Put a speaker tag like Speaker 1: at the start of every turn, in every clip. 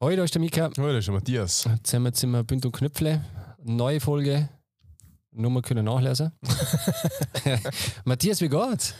Speaker 1: Hallo, Oh, da ist der Mika.
Speaker 2: Hallo, das ist der Matthias.
Speaker 1: Zusammen sind wir Bünd und Knöpfle. Neue Folge. Nummer können nachlesen. Matthias, wie geht's?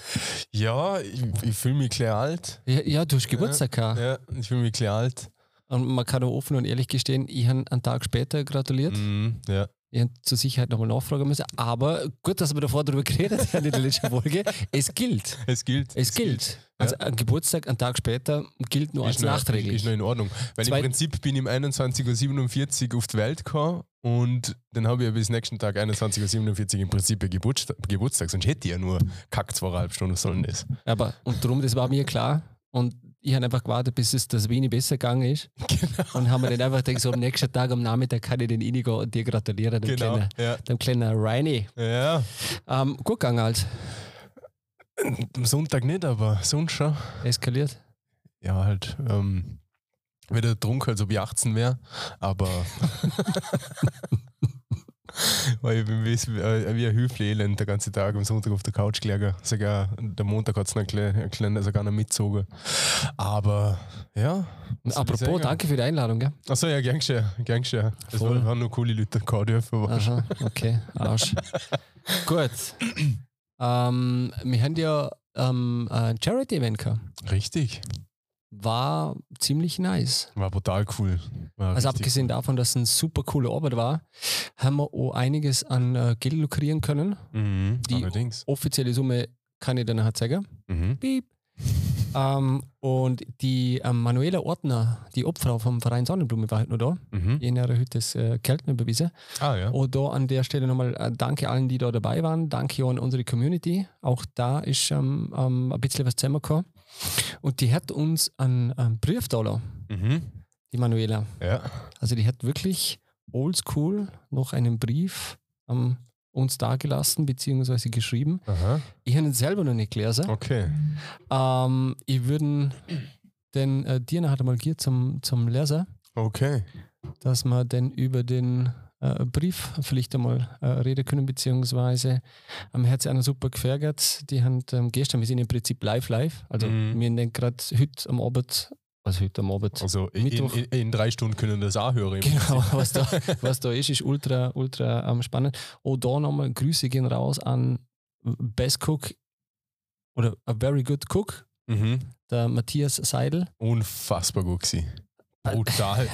Speaker 2: Ja, ich, ich fühle mich klar alt.
Speaker 1: Ja, ja du hast Geburtstag gehabt.
Speaker 2: Ja, ich fühle mich klar alt.
Speaker 1: Und man kann auch offen und ehrlich gestehen, ich habe einen Tag später gratuliert.
Speaker 2: Mhm, ja.
Speaker 1: Ich habe zur Sicherheit nochmal nachfragen müssen. Aber gut, dass wir davor darüber geredet haben in der letzten Folge. Es gilt.
Speaker 2: Es gilt.
Speaker 1: Es gilt. Also ein Geburtstag, einen Tag später, gilt nur als
Speaker 2: Ist noch-
Speaker 1: nachträglich.
Speaker 2: Ist noch in Ordnung. Weil
Speaker 1: Zwei-
Speaker 2: im Prinzip bin ich um 21.47 Uhr auf die Welt gekommen und dann habe ich ja bis nächsten Tag 21.47 Uhr im Prinzip ein Geburtstag, Geburtstag. Sonst hätte ich ja nur kack zweieinhalb Stunden sollen das.
Speaker 1: Aber und darum, das war mir klar. Und ich habe einfach gewartet, bis es das Wien besser gegangen ist.
Speaker 2: Genau.
Speaker 1: Und haben mir dann einfach gedacht, so am nächsten Tag, am Nachmittag kann ich den Inigo und dir gratulieren, dem
Speaker 2: Genau.
Speaker 1: kleinen,
Speaker 2: Ja.
Speaker 1: dem kleinen Reini.
Speaker 2: ja.
Speaker 1: Ähm, gut gegangen halt.
Speaker 2: Am Sonntag nicht, aber sonst schon.
Speaker 1: Eskaliert.
Speaker 2: Ja, halt. Ähm, wieder trunken, als ob ich 18 wäre, aber. Weil ich bin wie, äh, wie ein Hüfle-Elend den ganzen Tag am Sonntag auf der Couch gelegen. Sogar der Montag hat es noch klein, klein, sogar noch mitgezogen. Aber ja.
Speaker 1: Und
Speaker 2: was soll ich
Speaker 1: apropos,
Speaker 2: sagen?
Speaker 1: danke für die Einladung, gell?
Speaker 2: Achso, ja, gern geschehen. Gern geschehen. Es
Speaker 1: Voll.
Speaker 2: waren waren nur coole Leute gehabt dürfen. aber-
Speaker 1: Aha, okay, Arsch. Gut. Ähm, wir haben ja ähm, ein Charity-Event gehabt.
Speaker 2: Richtig.
Speaker 1: War ziemlich nice.
Speaker 2: War brutal cool. War
Speaker 1: Also
Speaker 2: richtig.
Speaker 1: abgesehen davon, dass es eine super coole Arbeit war, haben wir auch einiges an äh, Geld lukrieren können.
Speaker 2: Mhm,
Speaker 1: die-
Speaker 2: allerdings.
Speaker 1: Offizielle Summe kann ich dir nachher zeigen.
Speaker 2: Mhm.
Speaker 1: Piep. Ähm, und die ähm, Manuela Ortner, die Obfrau vom Verein Sonnenblume, war halt noch da.
Speaker 2: Mhm.
Speaker 1: In ihrer Hütte das äh, Kelten überwiesen.
Speaker 2: Ah, ja.
Speaker 1: Und da an der Stelle nochmal äh, danke allen, die da dabei waren. Danke auch an unsere Community. Auch da ist ähm, ähm, ein bisschen was zusammengekommen. Und die hat uns einen, einen Brief da gelassen,
Speaker 2: Mhm.
Speaker 1: die Manuela.
Speaker 2: Ja.
Speaker 1: Also die hat wirklich oldschool noch einen Brief ähm, uns dagelassen bzw. geschrieben.
Speaker 2: Aha.
Speaker 1: Ich habe ihn selber noch nicht gelesen.
Speaker 2: Okay.
Speaker 1: Ähm, ich würde den äh, dir nachher mal hier zum, zum Leser,
Speaker 2: Okay.
Speaker 1: dass wir dann über den äh, Brief vielleicht einmal äh, reden können, beziehungsweise am Herz einer super gefärgert. Die haben ähm, gestern, wir sind im Prinzip live live. Also
Speaker 2: Mhm.
Speaker 1: wir nennen gerade heute am Abend, also heute am Abend.
Speaker 2: Also in,
Speaker 1: Mittwoch.
Speaker 2: in, in drei Stunden können wir das auch hören.
Speaker 1: Genau, was da, was da ist, ist ultra, ultra ähm, spannend. Und da nochmal Grüße gehen raus an Best Cook oder A Very Good Cook,
Speaker 2: Mhm.
Speaker 1: der Matthias Seidel.
Speaker 2: Unfassbar gut gewesen. Brutal.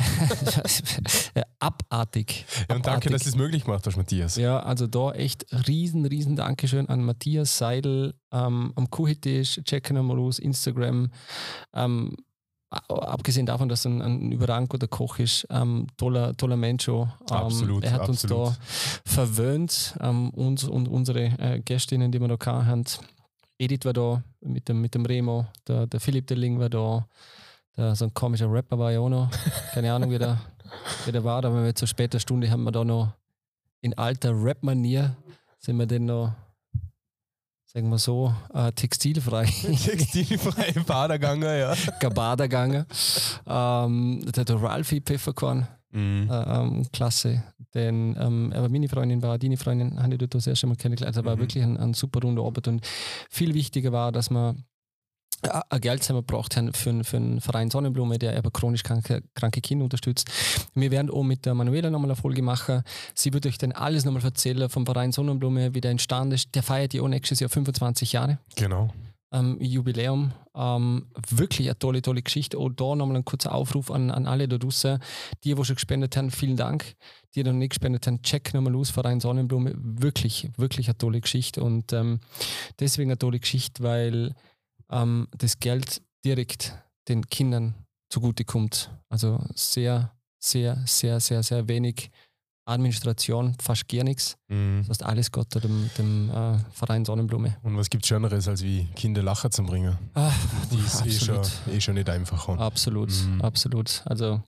Speaker 1: Ja, Abartig.
Speaker 2: Ja, und danke, dass du es möglich gemacht hast, Matthias.
Speaker 1: Ja, also da echt riesen, riesen Dankeschön an Matthias Seidel ähm, am Kuhitisch, checken am Rus, Instagram. Ähm, a- abgesehen davon, dass er ein, ein überragend guter Koch ist, ähm, toller, toller Mensch auch. Ähm,
Speaker 2: Absolut,
Speaker 1: Er hat
Speaker 2: absolut.
Speaker 1: uns da verwöhnt, ähm, uns und unsere äh, Gästinnen, die wir da gehabt haben. Edith war da mit dem, mit dem Remo, der, der Philipp Delling war da, der, so ein komischer Rapper war ja auch noch. Keine Ahnung, wie der, wie der war, aber zur später Stunde haben wir da noch in alter Rap-Manier sind wir denn noch, sagen wir so, äh, textilfrei
Speaker 2: Textilfreie Baderganger, ja.
Speaker 1: Gabada gegangen. Ähm, der, der Ralphie Pfefferkorn,
Speaker 2: Mhm.
Speaker 1: äh, ähm, klasse. Denn ähm, er war meine Freundin, war deine Freundin, habe ich dort das erste Mal kennengelernt. Also war
Speaker 2: Mhm.
Speaker 1: wirklich ein, ein super runder Arbeit und viel wichtiger war, dass wir äh, ein Geld zusammengebracht haben für, für den Verein Sonnenblume, der eben chronisch kranke, kranke Kinder unterstützt. Wir werden auch mit der Manuela nochmal eine Folge machen. Sie wird euch dann alles nochmal erzählen vom Verein Sonnenblume, wie der entstanden ist. Der feiert ja auch nächstes Jahr 25 Jahre
Speaker 2: Genau.
Speaker 1: ähm, Jubiläum. Ähm, wirklich eine tolle, tolle Geschichte. Und da nochmal ein kurzer Aufruf an, an alle da draußen. Die, die schon gespendet haben, vielen Dank. Die, die noch nicht gespendet haben, check nochmal los, Verein Sonnenblume. Wirklich, wirklich eine tolle Geschichte. Und ähm, deswegen eine tolle Geschichte, weil ähm, das Geld direkt den Kindern zugutekommt. Also sehr, sehr, sehr, sehr, sehr wenig Administration, fast gar nichts.
Speaker 2: Mhm.
Speaker 1: Das heißt, alles Gott dem, dem äh, Verein Sonnenblume.
Speaker 2: Und was gibt Schöneres, als wie Kinder Lacher zu bringen?
Speaker 1: Ah,
Speaker 2: Die ist eh schon,
Speaker 1: absolut. Ah.
Speaker 2: eh schon nicht einfach. Und
Speaker 1: Absolut,
Speaker 2: Mhm.
Speaker 1: absolut. Also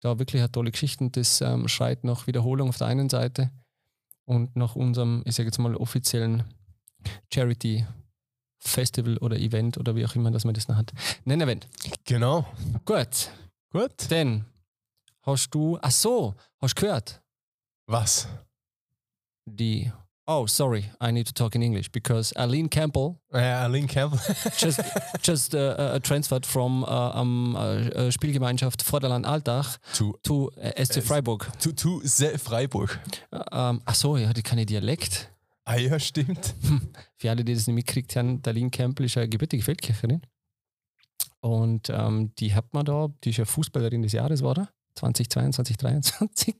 Speaker 1: da wirklich hat tolle Geschichten. Das ähm, schreit nach Wiederholung auf der einen Seite und nach unserem, ich sage jetzt mal, offiziellen Charity Festival oder Event oder wie auch immer, dass man das noch hat. Nennen wir.
Speaker 2: Genau.
Speaker 1: Gut,
Speaker 2: Gut.
Speaker 1: denn hast du, ach so, hast gehört,
Speaker 2: Was?
Speaker 1: die Oh, sorry, I need to talk in English because Aline Campbell
Speaker 2: Äh, Aline Campbell.
Speaker 1: just just uh, uh, transferred from uh, um, uh, Spielgemeinschaft Vorderland Altach
Speaker 2: Zu,
Speaker 1: to uh, SC
Speaker 2: Es-
Speaker 1: Freiburg.
Speaker 2: zu, zu Se- Freiburg.
Speaker 1: Ähm, ach so, ja, die kann ja Dialekt.
Speaker 2: Ah ja, stimmt.
Speaker 1: Für alle, die das nicht mitkriegt haben, Darlene Campbell ist ja gebürtige Feldkircherin. Und ähm, die hat man da, die ist ja Fußballerin des Jahres, war da? 2022, 2023.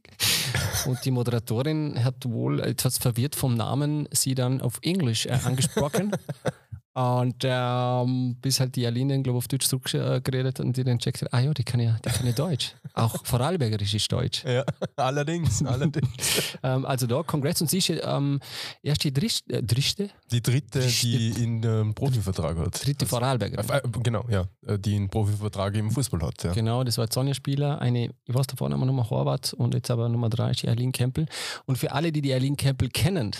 Speaker 1: Und die Moderatorin hat wohl etwas verwirrt vom Namen sie dann auf Englisch äh, angesprochen. Und ähm, bis halt die Aline, glaube auf Deutsch zurückgeredet hat und die dann checkt hat, ah ja, die kann ja, die kann ja Deutsch. Auch Vorarlbergerisch ist Deutsch.
Speaker 2: Ja, allerdings, allerdings.
Speaker 1: Ähm, also da, Kongress und sie ist ähm, erst die Drisch, äh, Drischste,
Speaker 2: Die dritte, die in ähm, Profivertrag hat.
Speaker 1: dritte Vorarlbergerin.
Speaker 2: Äh, Genau, ja. Äh, Die einen Profivertrag im Fußball hat. Ja.
Speaker 1: Genau, das war Sonja Spieler, eine, ich weiß davor nochmal Nummer Horvath und jetzt aber Nummer drei ist die Eileen Campbell. Und für alle, die die Eileen Campbell kennen,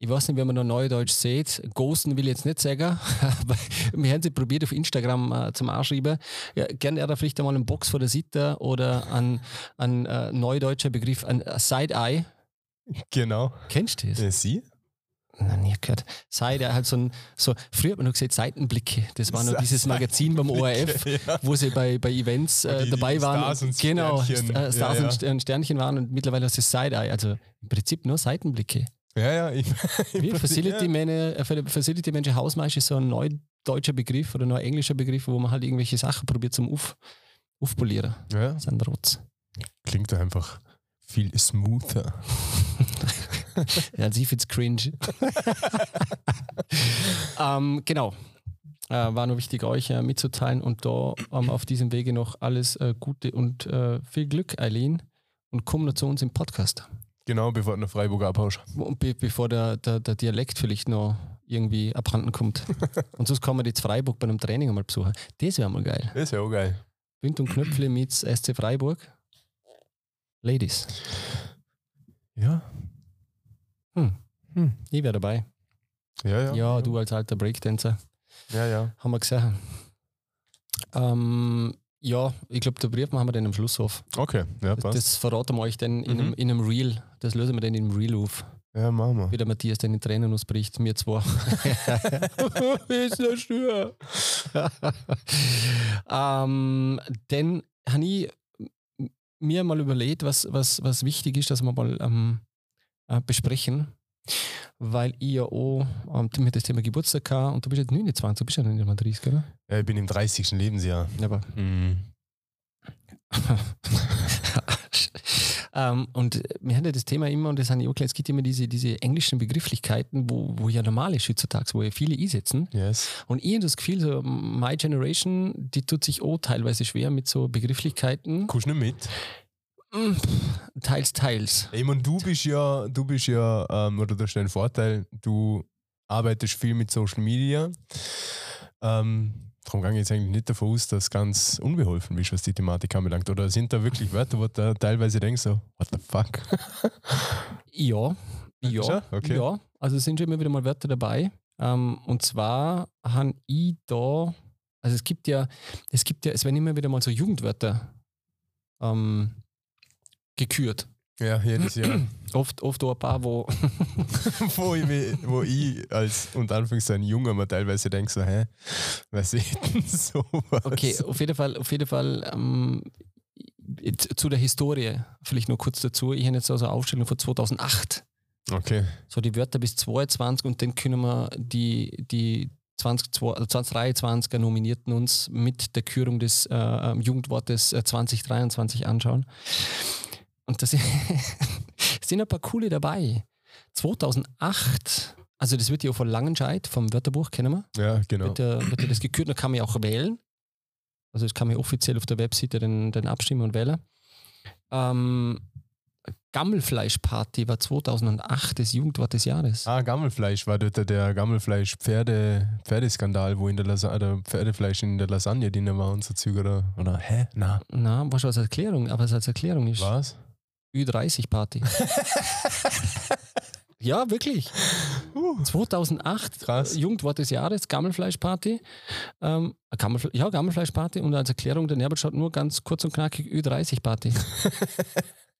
Speaker 1: ich weiß nicht, wenn man noch Neudeutsch sieht, Ghosten will ich jetzt nicht sagen, aber wir haben sie probiert auf Instagram äh, zum Anschreiben. Ja, gern er da vielleicht einmal einen Box vor der Seite oder an, an äh, neudeutscher Begriff, an äh, Side-Eye.
Speaker 2: Genau.
Speaker 1: Kennst du das?
Speaker 2: Äh, Sie?
Speaker 1: Nein, nie gehört. Seite, halt so ein, so, früher hat man noch gesagt Seitenblicke. Das war noch
Speaker 2: Se-
Speaker 1: dieses Magazin beim ORF,
Speaker 2: Ja.
Speaker 1: wo sie bei, bei Events äh,
Speaker 2: Oh, die- die
Speaker 1: dabei waren.
Speaker 2: Stars und
Speaker 1: genau,
Speaker 2: Sternchen.
Speaker 1: St- äh, Stars
Speaker 2: Ja, ja.
Speaker 1: Und, St- und Sternchen waren und mittlerweile ist es Side-Eye. Also im Prinzip nur Seitenblicke.
Speaker 2: Ja, ja. Ich,
Speaker 1: Wie Facility,
Speaker 2: Ja.
Speaker 1: Manager, äh, Facility Manager Hausmeister ist so ein neudeutscher Begriff oder neuenglischer Begriff, wo man halt irgendwelche Sachen probiert zum Auf, Aufpolieren.
Speaker 2: Ja,
Speaker 1: Das ist ein Rotz.
Speaker 2: klingt doch einfach viel smoother.
Speaker 1: Als ich find's cringe. ähm, genau. Äh, war nur wichtig, euch äh, mitzuteilen und da ähm, auf diesem Wege noch alles äh, Gute und äh, viel Glück, Eileen. Und komm noch zu uns im Podcast.
Speaker 2: Genau, bevor du nach Freiburg abhaust.
Speaker 1: Und be bevor der, der, der Dialekt vielleicht noch irgendwie abhanden kommt. und sonst kann man jetzt Freiburg bei einem Training einmal besuchen. Das wäre mal geil.
Speaker 2: Das ist ja auch geil.
Speaker 1: Wind und Knöpfle mit SC Freiburg. Ladies,
Speaker 2: Ja.
Speaker 1: ich wäre dabei.
Speaker 2: Ja, ja.
Speaker 1: Ja, du als alter Breakdancer.
Speaker 2: Ja, ja.
Speaker 1: Haben wir gesehen. Ähm, ja, ich glaube, der Brief machen wir dann am Schluss auf.
Speaker 2: Okay, ja,
Speaker 1: Das,
Speaker 2: passt.
Speaker 1: das verraten wir euch dann in,
Speaker 2: Mhm.
Speaker 1: einem, in einem Reel. Das lösen wir dann im Reel auf.
Speaker 2: ja, machen wir.
Speaker 1: Wie der Matthias dann in Tränen ausbricht, mir zwei. ist das schwer? ähm, dann habe ich mir mal überlegt, was, was, was wichtig ist, dass wir mal ähm, äh, besprechen. Weil ich ja auch ähm, mit dem Thema Geburtstag habe und du bist jetzt 29, du bist ja noch nicht mal 30, oder?
Speaker 2: Ja, ich bin im 30. Lebensjahr.
Speaker 1: Ja, aber
Speaker 2: Mhm.
Speaker 1: ähm, und wir hatten ja das Thema immer, und das habe ich auch gleich, es gibt immer diese, diese englischen Begrifflichkeiten, wo, wo ja normal ist heutzutage, wo ja viele einsetzen.
Speaker 2: Yes.
Speaker 1: Und ich habe das Gefühl, so My Generation, die tut sich auch teilweise schwer mit so Begrifflichkeiten.
Speaker 2: Kommst du nicht mit?
Speaker 1: Mm, Teils, teils.
Speaker 2: Ich meine, du bist ja, du bist ja, ähm, oder das ist dein Vorteil, du arbeitest viel mit Social Media. Ähm, darum gehe ich jetzt eigentlich nicht davon aus, dass ganz unbeholfen bist, was die Thematik anbelangt. Oder sind da wirklich Wörter, wo du da teilweise denkst, so, what the fuck?
Speaker 1: Ja,
Speaker 2: Schon?
Speaker 1: ja,
Speaker 2: Okay.
Speaker 1: ja. Also es sind schon immer wieder mal Wörter dabei. Ähm, und zwar han ich da, also es gibt ja, es gibt ja, es werden immer wieder mal so Jugendwörter ähm, gekürt.
Speaker 2: Ja, jedes Jahr.
Speaker 1: Oft, oft auch ein paar, wo
Speaker 2: wo, ich, mich- wo ich als unter Anführungszeichen Junger mir teilweise denke, so, hä, wer sieht denn sowas?
Speaker 1: Okay, auf jeden Fall, auf jeden Fall ähm, jetzt zu der Historie, vielleicht nur kurz dazu. Ich habe jetzt also eine Aufstellung von 2008.
Speaker 2: Okay,
Speaker 1: So die Wörter bis 22 und dann können wir die, die 20, also 2023er Nominierten uns mit der Kürung des äh, ähm, Jugendwortes äh, 2023 anschauen. Und da sind- sind ein paar coole dabei. 2008, also das wird ja auch von Langenscheid, vom Wörterbuch, kennen wir
Speaker 2: ja, genau.
Speaker 1: wird, ja, wird ja das gekürt, dann kann man ja auch wählen. Also ich kann mir offiziell auf der Webseite dann, dann abstimmen und wählen. Ähm, Gammelfleischparty war 2008 das Jugendwort des Jahres.
Speaker 2: Ah, Gammelfleisch war dort der Gammelfleisch-Pferde-Skandal, wo in der Lasa oder Pferdefleisch in der Lasagne drin war und so Züge oder, oder hä? Na,
Speaker 1: Na, was als Erklärung, aber es als Erklärung ist
Speaker 2: was?
Speaker 1: Ü30-Party. ja, wirklich.
Speaker 2: Uh,
Speaker 1: 2008
Speaker 2: Krass.
Speaker 1: äh, Jugendwort des Jahres, Gammelfleischparty. Ähm, Gammelfle ja, Gammelfleischparty und als Erklärung, der Herbert schaut nur ganz kurz und knackig Ü30-Party.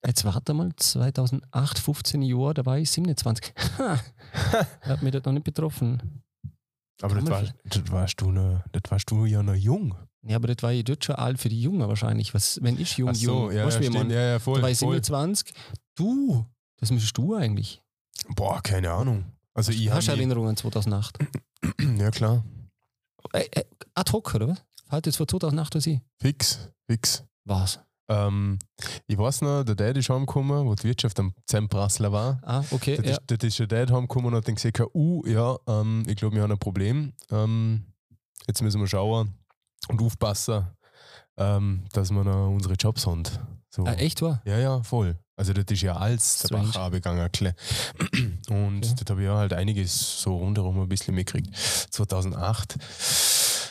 Speaker 1: Jetzt warte mal, 2008, 15 Jahre, da war ich 27. Ha! Hat mich das noch nicht betroffen.
Speaker 2: Aber
Speaker 1: Kann
Speaker 2: das,
Speaker 1: man
Speaker 2: war, das, warst du noch, das warst du ja noch jung.
Speaker 1: Ja, aber das war ich dort schon alt für die Jungen wahrscheinlich. Was, wenn ich jung,
Speaker 2: Ach so,
Speaker 1: jung,
Speaker 2: ja, ja,
Speaker 1: weißt du, wie ich
Speaker 2: stimmt,
Speaker 1: meine?
Speaker 2: ja, ja,
Speaker 1: da
Speaker 2: voll.
Speaker 1: war ich
Speaker 2: voll.
Speaker 1: 27. Du, das müsstest du eigentlich.
Speaker 2: Boah, keine Ahnung. Also ich
Speaker 1: Hast du
Speaker 2: habe
Speaker 1: Erinnerungen an 2008?
Speaker 2: ja klar,
Speaker 1: Äh, äh, ad hoc, oder was? Halt jetzt vor 2008 oder sie?
Speaker 2: fix, fix.
Speaker 1: Was?
Speaker 2: Ähm, ich weiß noch, der Dad ist heimgekommen, wo die Wirtschaft am Zemprasler war.
Speaker 1: Ah, okay.
Speaker 2: Das
Speaker 1: Ja.
Speaker 2: ist, das ist der Dad heimgekommen und hat dann gesagt, uh, ja, ähm, ich glaube, wir haben ein Problem. Ähm, jetzt müssen wir schauen und aufpassen, ähm, dass wir noch unsere Jobs haben. So.
Speaker 1: Ah, echt war?
Speaker 2: Ja, ja, voll. Also das ist ja alles der
Speaker 1: Strange.
Speaker 2: Bach abgegangen. klar. Und
Speaker 1: Okay.
Speaker 2: das habe ich ja halt einiges so rundherum ein bisschen mitgekriegt. 2008.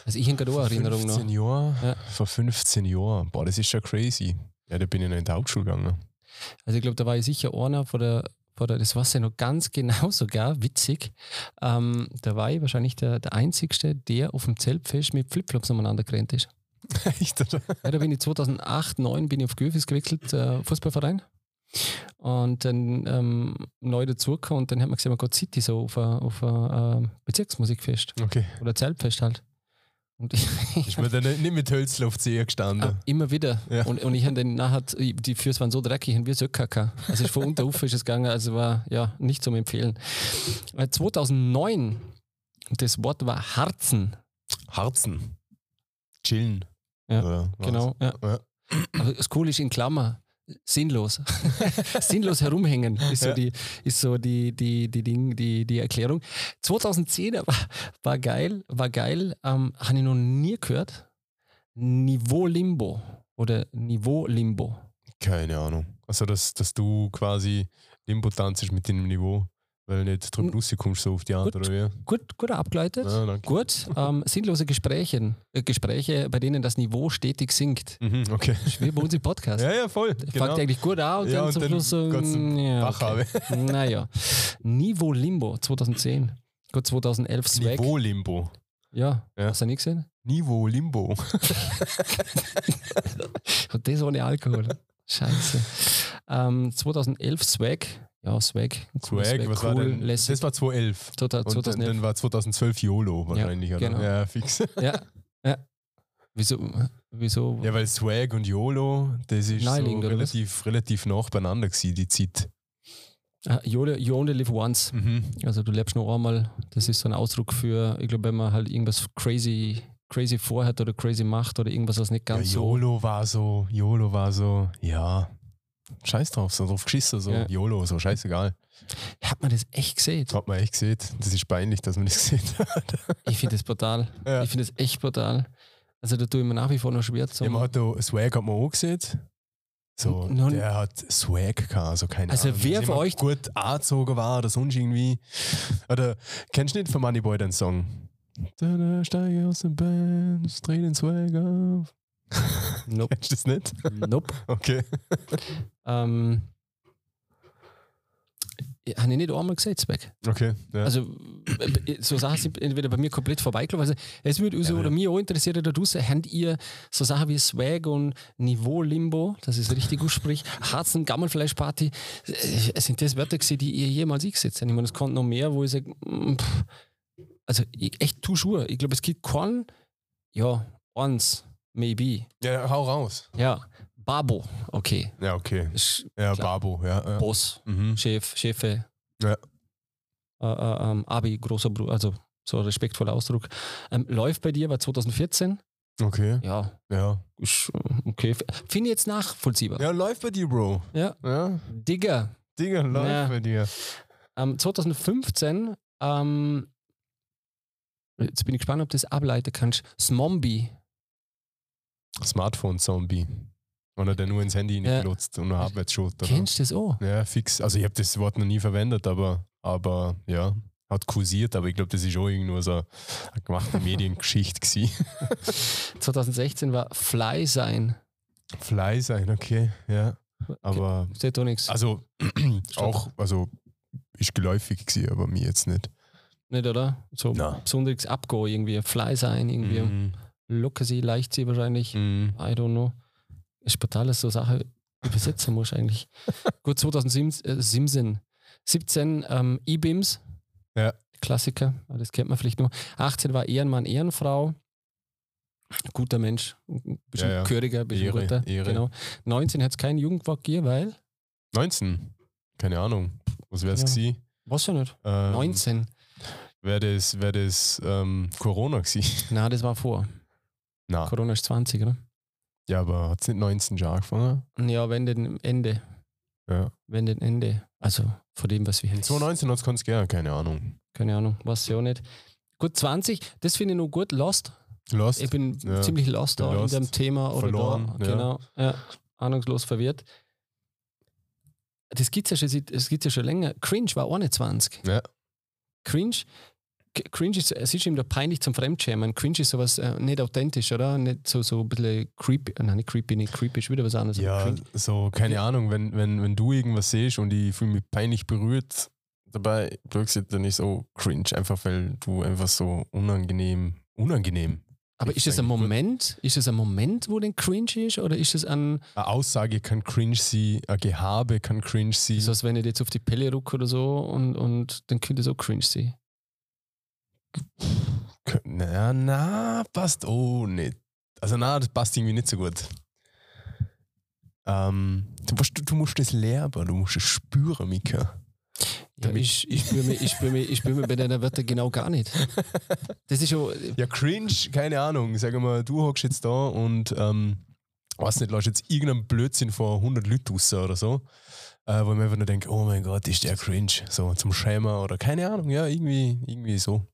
Speaker 1: Also ich habe gerade auch Erinnerungen noch.
Speaker 2: 15 Jahre,
Speaker 1: Ja.
Speaker 2: Vor 15 Jahren. Boah, das ist schon crazy. Ja, da bin ich noch in die Hauptschule gegangen.
Speaker 1: Also ich glaube, da war ich sicher einer vor der, vor der das weiß ich noch ganz genau sogar, witzig. Ähm, da war ich wahrscheinlich der, der Einzige, der auf dem Zeltfest mit Flipflops umeinander gerannt ist.
Speaker 2: Echt, oder?
Speaker 1: Ja, da bin ich 2008, 2009 bin ich auf Göfis gewechselt, äh, Fußballverein. Und dann ähm, neu dazugekommen und dann hat man gesehen, man geht City so auf ein, auf ein ähm, Bezirksmusikfest
Speaker 2: Okay.
Speaker 1: oder Zeltfest halt. Und ich,
Speaker 2: Ich bin dann nicht mit Hölzl auf die Zehe
Speaker 1: Ah,
Speaker 2: gestanden.
Speaker 1: immer wieder.
Speaker 2: Ja.
Speaker 1: Und, und ich habe den nachher, die Füße waren so dreckig, haben wir so gekackt. Also ich von unter Ufer ist es gegangen, also war ja nicht zum Empfehlen. Äh, 2009, das Wort war Harzen.
Speaker 2: Harzen. Chillen.
Speaker 1: Ah. Ja,
Speaker 2: Oder was?
Speaker 1: Genau. Ja.
Speaker 2: Ja.
Speaker 1: Aber das Cool ist in Klammer. Sinnlos. Sinnlos herumhängen ist so,
Speaker 2: Ja.
Speaker 1: die, ist so die, die, die, Ding, die, die Erklärung. 2010 war, war geil, war geil, ähm, habe ich noch nie gehört. Niveau Limbo oder Niveau Limbo.
Speaker 2: Keine Ahnung. Also, dass, dass du quasi Limbo tanzt mit dem Niveau, weil du nicht drüber
Speaker 1: Hm.
Speaker 2: rauskommst so auf die Art,
Speaker 1: Gut.
Speaker 2: oder wie?
Speaker 1: Gut, gut abgeleitet.
Speaker 2: Ja, danke.
Speaker 1: Gut, ähm, sinnlose Gespräche, äh, Gespräche, bei denen das Niveau stetig sinkt.
Speaker 2: Mhm, okay.
Speaker 1: Das ist Wie bei uns im Podcast.
Speaker 2: Ja, ja, voll. Genau.
Speaker 1: Fängt eigentlich gut an und
Speaker 2: Ja,
Speaker 1: dann
Speaker 2: und
Speaker 1: zum
Speaker 2: dann
Speaker 1: Schluss so.
Speaker 2: geht's
Speaker 1: mm, ja,
Speaker 2: Bach habe.
Speaker 1: Naja. Niveau Limbo 2010. Gut, 2011 Swag.
Speaker 2: Niveau Limbo.
Speaker 1: Ja.
Speaker 2: Ja.
Speaker 1: Hast du nicht gesehen?
Speaker 2: Niveau Limbo.
Speaker 1: Und das ohne Alkohol. Scheiße. Ähm, 2011 Swag. Ja, Swag. Cooler
Speaker 2: Swag, was war
Speaker 1: cool,
Speaker 2: denn?
Speaker 1: lässig.
Speaker 2: Das war 2011.
Speaker 1: Total,
Speaker 2: Und äh, dann,
Speaker 1: 2011.
Speaker 2: dann war 2012 YOLO wahrscheinlich, oder?
Speaker 1: genau.
Speaker 2: Ja, fix.
Speaker 1: ja, ja. Wieso? Wieso?
Speaker 2: Ja, weil Swag und YOLO, das ist so
Speaker 1: Naheliegend, oder was?
Speaker 2: relativ, relativ nah beieinander gewesen, die Zeit.
Speaker 1: Ah, you, only, you only live once.
Speaker 2: Mhm.
Speaker 1: Also du lebst nur einmal. Das ist so ein Ausdruck für, ich glaube, wenn man halt irgendwas crazy, crazy vorhat oder crazy macht oder irgendwas, was nicht ganz
Speaker 2: ja,
Speaker 1: so.
Speaker 2: YOLO war so, YOLO war so, ja, scheiß drauf, so drauf geschissen, so
Speaker 1: Ja.
Speaker 2: YOLO, so scheißegal.
Speaker 1: Hat man das echt gesehen?
Speaker 2: Das hat man echt gesehen. Das ist peinlich, dass man das gesehen hat.
Speaker 1: Ich finde das brutal.
Speaker 2: Ja.
Speaker 1: Ich finde das echt brutal. Also da tue ich mir nach wie vor noch schwer zu.
Speaker 2: ja, man hat da, Swag hat man auch gesehen. So,
Speaker 1: N- nun-
Speaker 2: der hat Swag gehabt, also keine
Speaker 1: Also
Speaker 2: Ahnung.
Speaker 1: wer
Speaker 2: dass
Speaker 1: von euch-
Speaker 2: jemand gut angezogen war oder sonst irgendwie. Oder kennst du nicht von Money Boy den Song? Da, da, steige aus dem Benz, dreh den Swag auf.
Speaker 1: nope.
Speaker 2: Kennst du das nicht?
Speaker 1: nope.
Speaker 2: Okay.
Speaker 1: Ähm, ich- Habe ich nicht einmal gesehen, Zweck.
Speaker 2: Okay. Ja.
Speaker 1: Also, äh, so Sachen sind entweder bei mir komplett vorbeigelaufen. Also, es würde uns
Speaker 2: Ja,
Speaker 1: oder
Speaker 2: ja.
Speaker 1: mich auch interessieren, da draußen, habt ihr so Sachen wie Swag und Niveau Limbo, das ist richtig aussprich, Harzen, Gammelfleischparty, äh, sind das Wörter gewesen, die ihr jemals eingesetzt habt? Ich meine, es kommt noch mehr, wo ich sage, mm, pff, also ich, echt toujours. Ich glaube, es gibt keinen, ja, uns, maybe,
Speaker 2: ja, hau raus.
Speaker 1: ja, Babo, okay,
Speaker 2: Ja, okay.
Speaker 1: Sch
Speaker 2: Ja,
Speaker 1: Klar.
Speaker 2: Babo, ja. ja.
Speaker 1: Boss,
Speaker 2: Mhm.
Speaker 1: Chef, Chefe.
Speaker 2: Ja.
Speaker 1: Äh, äh, ähm, Abi, großer Bruder, also so ein respektvoller Ausdruck. Ähm, läuft bei dir, war 2014.
Speaker 2: Okay,
Speaker 1: Ja,
Speaker 2: ja.
Speaker 1: ist, äh, okay. F- Finde ich jetzt nachvollziehbar.
Speaker 2: Ja, läuft bei dir, Bro.
Speaker 1: Ja.
Speaker 2: ja.
Speaker 1: Digga,
Speaker 2: Digga, läuft
Speaker 1: Ja.
Speaker 2: bei dir.
Speaker 1: ähm, 2015, ähm, jetzt bin ich gespannt, ob du das ableiten kannst. Smombie.
Speaker 2: Smartphone-Zombie. Und hat er nur ins Handy
Speaker 1: Ja.
Speaker 2: reingelotzt und hat abwärts geschaut, oder?
Speaker 1: Kennst du das auch?
Speaker 2: Ja, fix. Also ich habe das Wort noch nie verwendet, aber, aber ja, hat kursiert, aber ich glaube, das ist auch irgendwo so eine gemachte Mediengeschichte gewesen.
Speaker 1: 2016 war Fly sein.
Speaker 2: Fly sein, okay, ja. Aber,
Speaker 1: Steht doch nichts.
Speaker 2: also auch, also ist geläufig gewesen, aber mir jetzt nicht.
Speaker 1: Nicht, oder? So
Speaker 2: Na.
Speaker 1: besonderes Abgo irgendwie. Fly sein Oh. irgendwie.
Speaker 2: Mhm.
Speaker 1: Locker sie, leicht sie wahrscheinlich.
Speaker 2: Mhm.
Speaker 1: I don't know. Ist brutal, dass so Sachen übersetzen musst eigentlich. Gut, 2017 17, ähm, E-Beams.
Speaker 2: Ja.
Speaker 1: Klassiker, das kennt man vielleicht nur. 18 war Ehrenmann, Ehrenfrau. Guter Mensch, ein bisschen
Speaker 2: Ja, ja.
Speaker 1: köriger, ein bisschen
Speaker 2: Ehre,
Speaker 1: guter.
Speaker 2: Ehre.
Speaker 1: Genau. 19 hat es keinen Jugendwaggier, weil.
Speaker 2: 19. Keine Ahnung. Was wäre es
Speaker 1: Ja.
Speaker 2: gewesen?
Speaker 1: Was ja nicht.
Speaker 2: Ähm,
Speaker 1: 19.
Speaker 2: Wäre das, wär das ähm, Corona gewesen?
Speaker 1: Na, das war vor.
Speaker 2: Nein.
Speaker 1: Corona ist 20, oder?
Speaker 2: Ja, aber hat es nicht 19 schon angefangen?
Speaker 1: Ja, wenn denn Ende.
Speaker 2: Ja.
Speaker 1: Wenn denn Ende. Also von dem, was wir jetzt.
Speaker 2: 2019 hat es ganz gern, keine Ahnung.
Speaker 1: Keine Ahnung, weiß ich auch nicht. Gut, 20, das finde ich noch gut. Lost.
Speaker 2: Lost?
Speaker 1: Ich bin
Speaker 2: Ja.
Speaker 1: ziemlich lost
Speaker 2: Bin
Speaker 1: da
Speaker 2: lost.
Speaker 1: in dem Thema oder
Speaker 2: Verloren,
Speaker 1: da.
Speaker 2: ja.
Speaker 1: Genau. Ja, ahnungslos verwirrt. Das gibt es ja, schon seit- das gibt's ja schon länger. Cringe war auch nicht 20.
Speaker 2: Ja.
Speaker 1: Cringe. K- Cringe ist, es ist eben da peinlich zum Fremdschämen. Cringe ist sowas äh, nicht authentisch, oder? Nicht so, so ein bisschen creepy. äh, Nein, nicht creepy, nicht creepy ist wieder was anderes.
Speaker 2: ja,
Speaker 1: also Cringe.
Speaker 2: so, keine Ahnung, wenn, wenn, wenn du irgendwas siehst und ich fühle mich peinlich berührt dabei, plötzlich dann ist so cringe, einfach weil du einfach so unangenehm, unangenehm.
Speaker 1: Aber ist es ein
Speaker 2: eigentlich gut.
Speaker 1: Moment? Ist es ein Moment, wo den Cringe ist? Oder ist es ein,
Speaker 2: Eine Aussage kann cringe sein, ein Gehabe kann cringe sein.
Speaker 1: so als wenn ich dir jetzt auf die Pelle rucke oder so und, und dann könnte es auch cringe sein?
Speaker 2: K- Na, na, passt auch nicht. Also na, das passt irgendwie nicht so gut. Ähm, du, weißt, du, du musst das lernen, du musst es spüren, Mika.
Speaker 1: Ja,
Speaker 2: Damit-
Speaker 1: ich, ich spüre mich, ich spür mich, ich spür mich bei deiner Wörter genau gar nicht. Das ist schon.
Speaker 2: Ja, cringe, keine Ahnung. Sag mal, du hockst jetzt da und ähm, weiß nicht, lass jetzt irgendeinen Blödsinn vor 100 Leuten raus oder so. Äh, wo ich mir einfach nur denke, oh mein Gott, ist der cringe. So zum Schämen oder keine Ahnung, ja, irgendwie, irgendwie so.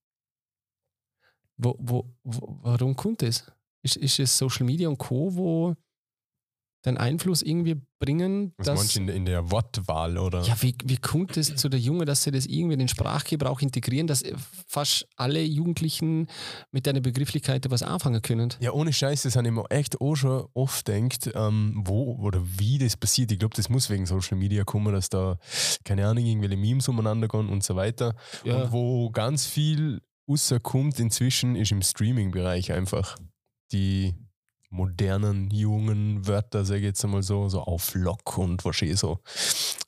Speaker 1: Wo, wo, wo, warum kommt das? Ist, ist es Social Media und Co., wo deinen Einfluss irgendwie bringen,
Speaker 2: Was das
Speaker 1: dass.
Speaker 2: manche in, der- in der Wortwahl oder.
Speaker 1: Ja, wie, wie kommt es zu der Junge, dass sie das irgendwie in den Sprachgebrauch integrieren, dass fast alle Jugendlichen mit deiner Begrifflichkeit was anfangen können?
Speaker 2: Ja, ohne Scheiß, das habe ich mir echt auch schon oft denkt, ähm, wo oder wie das passiert. Ich glaube, das muss wegen Social Media kommen, dass da, keine Ahnung, irgendwelche Memes umeinander gehen und so weiter. Und wo ganz viel rauskommt inzwischen, ist im Streaming-Bereich einfach. Die modernen, jungen Wörter, sage ich jetzt einmal so, so auf Lock und was eh so.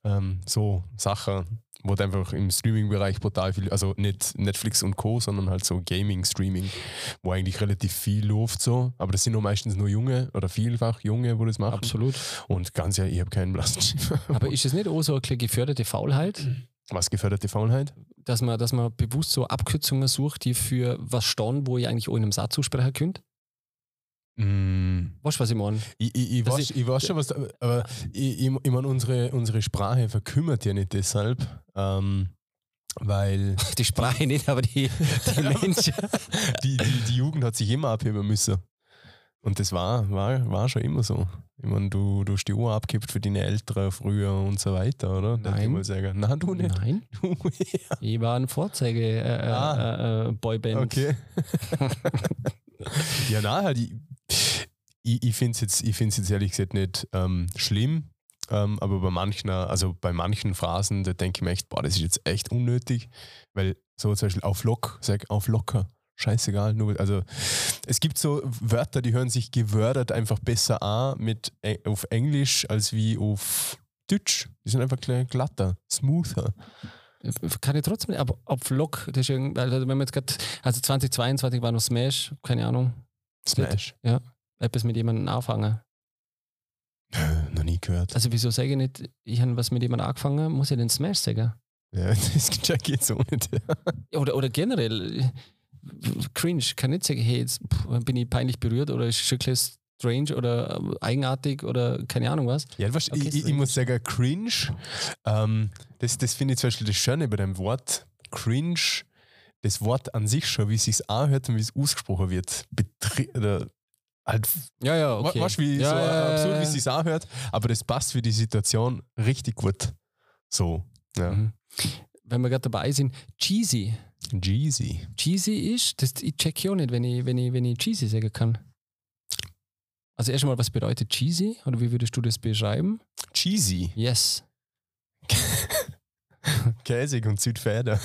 Speaker 2: Ähm, so Sachen, wo du einfach im Streaming-Bereich brutal viel, also nicht Netflix und Co., sondern halt so Gaming-Streaming, wo eigentlich relativ viel läuft so. Aber das sind nur meistens nur Junge oder vielfach Junge, wo das machen.
Speaker 1: absolut.
Speaker 2: Und ganz ja, ich habe keinen blassen Schimmer.
Speaker 1: Aber ist es nicht auch so eine kleine geförderte Faulheit?
Speaker 2: Was geförderte Faulheit?
Speaker 1: dass man, dass man bewusst so Abkürzungen sucht, die für was stehen, wo ihr eigentlich auch in einem Satz zusprechen könnt.
Speaker 2: Mm.
Speaker 1: Weißt du, was ich meine?
Speaker 2: Ich, ich, ich,
Speaker 1: Das
Speaker 2: weiß,
Speaker 1: ist-
Speaker 2: ich weiß schon, was. da- Aber ich, ich, ich meine, unsere, unsere Sprache verkümmert ja nicht deshalb, ähm, weil
Speaker 1: Die Sprache nicht, aber die, die Menschen.
Speaker 2: die, die, die Jugend hat sich immer abheben müssen. Und das war, war, war schon immer so. Ich meine, du, du hast die Uhr abgibt für deine Eltern früher und so weiter, oder? Darf ich
Speaker 1: Nein.
Speaker 2: mal sagen. Nein, du nicht.
Speaker 1: Nein,
Speaker 2: Du eher.
Speaker 1: ich war ein äh,
Speaker 2: Ah.
Speaker 1: Vorzeige-Boyband.
Speaker 2: Okay. ja, na, halt, ich, ich, ich finde es jetzt, ich find's jetzt ehrlich gesagt nicht ähm, schlimm, ähm, aber bei manchen, also bei manchen Phrasen, da denke ich mir echt, boah, das ist jetzt echt unnötig, weil so zum Beispiel auf Lock, sag auf locker, scheißegal, nur, also es gibt so Wörter, die hören sich gewördert einfach besser an mit, Eng- auf Englisch als wie auf Deutsch. Die sind einfach gl- glatter, smoother.
Speaker 1: Kann ich trotzdem nicht, aber auf Lock, das ist ja irgendwie- also wenn man jetzt gerade, also 2022 war noch Smash, keine Ahnung,
Speaker 2: Smash.
Speaker 1: etwas mit jemandem anfangen.
Speaker 2: Äh, Noch nie gehört.
Speaker 1: Also wieso sage ich nicht, ich habe was mit jemandem angefangen, muss ich den Smash sagen?
Speaker 2: Ja, das check ich jetzt auch nicht.
Speaker 1: Oder, oder generell äh, cringe, kann nicht sagen, hey, jetzt pff, bin ich peinlich berührt oder ist schon ein bisschen strange oder äh, eigenartig oder keine Ahnung was.
Speaker 2: Ja, weißt, du,
Speaker 1: Okay,
Speaker 2: ich, ich, ich
Speaker 1: strange.
Speaker 2: muss sagen, cringe, ähm, das, das finde ich zum Beispiel das Schöne bei dem Wort cringe, das Wort an sich schon, wie es sich anhört und wie es ausgesprochen wird, betri oder halt,
Speaker 1: Ja, ja,
Speaker 2: okay. weißt, du, wie so absurd, wie es sich anhört, aber das passt für die Situation richtig gut. So, ja.
Speaker 1: Mhm. Wenn wir gerade dabei sind, cheesy.
Speaker 2: Jeezy.
Speaker 1: Cheesy ist, das, ich check ja auch nicht, wenn ich, wenn, ich, wenn ich cheesy sagen kann. Also erstmal, was bedeutet cheesy? Oder wie würdest du das beschreiben?
Speaker 2: Cheesy.
Speaker 1: Yes.
Speaker 2: Käsig und Südfeder.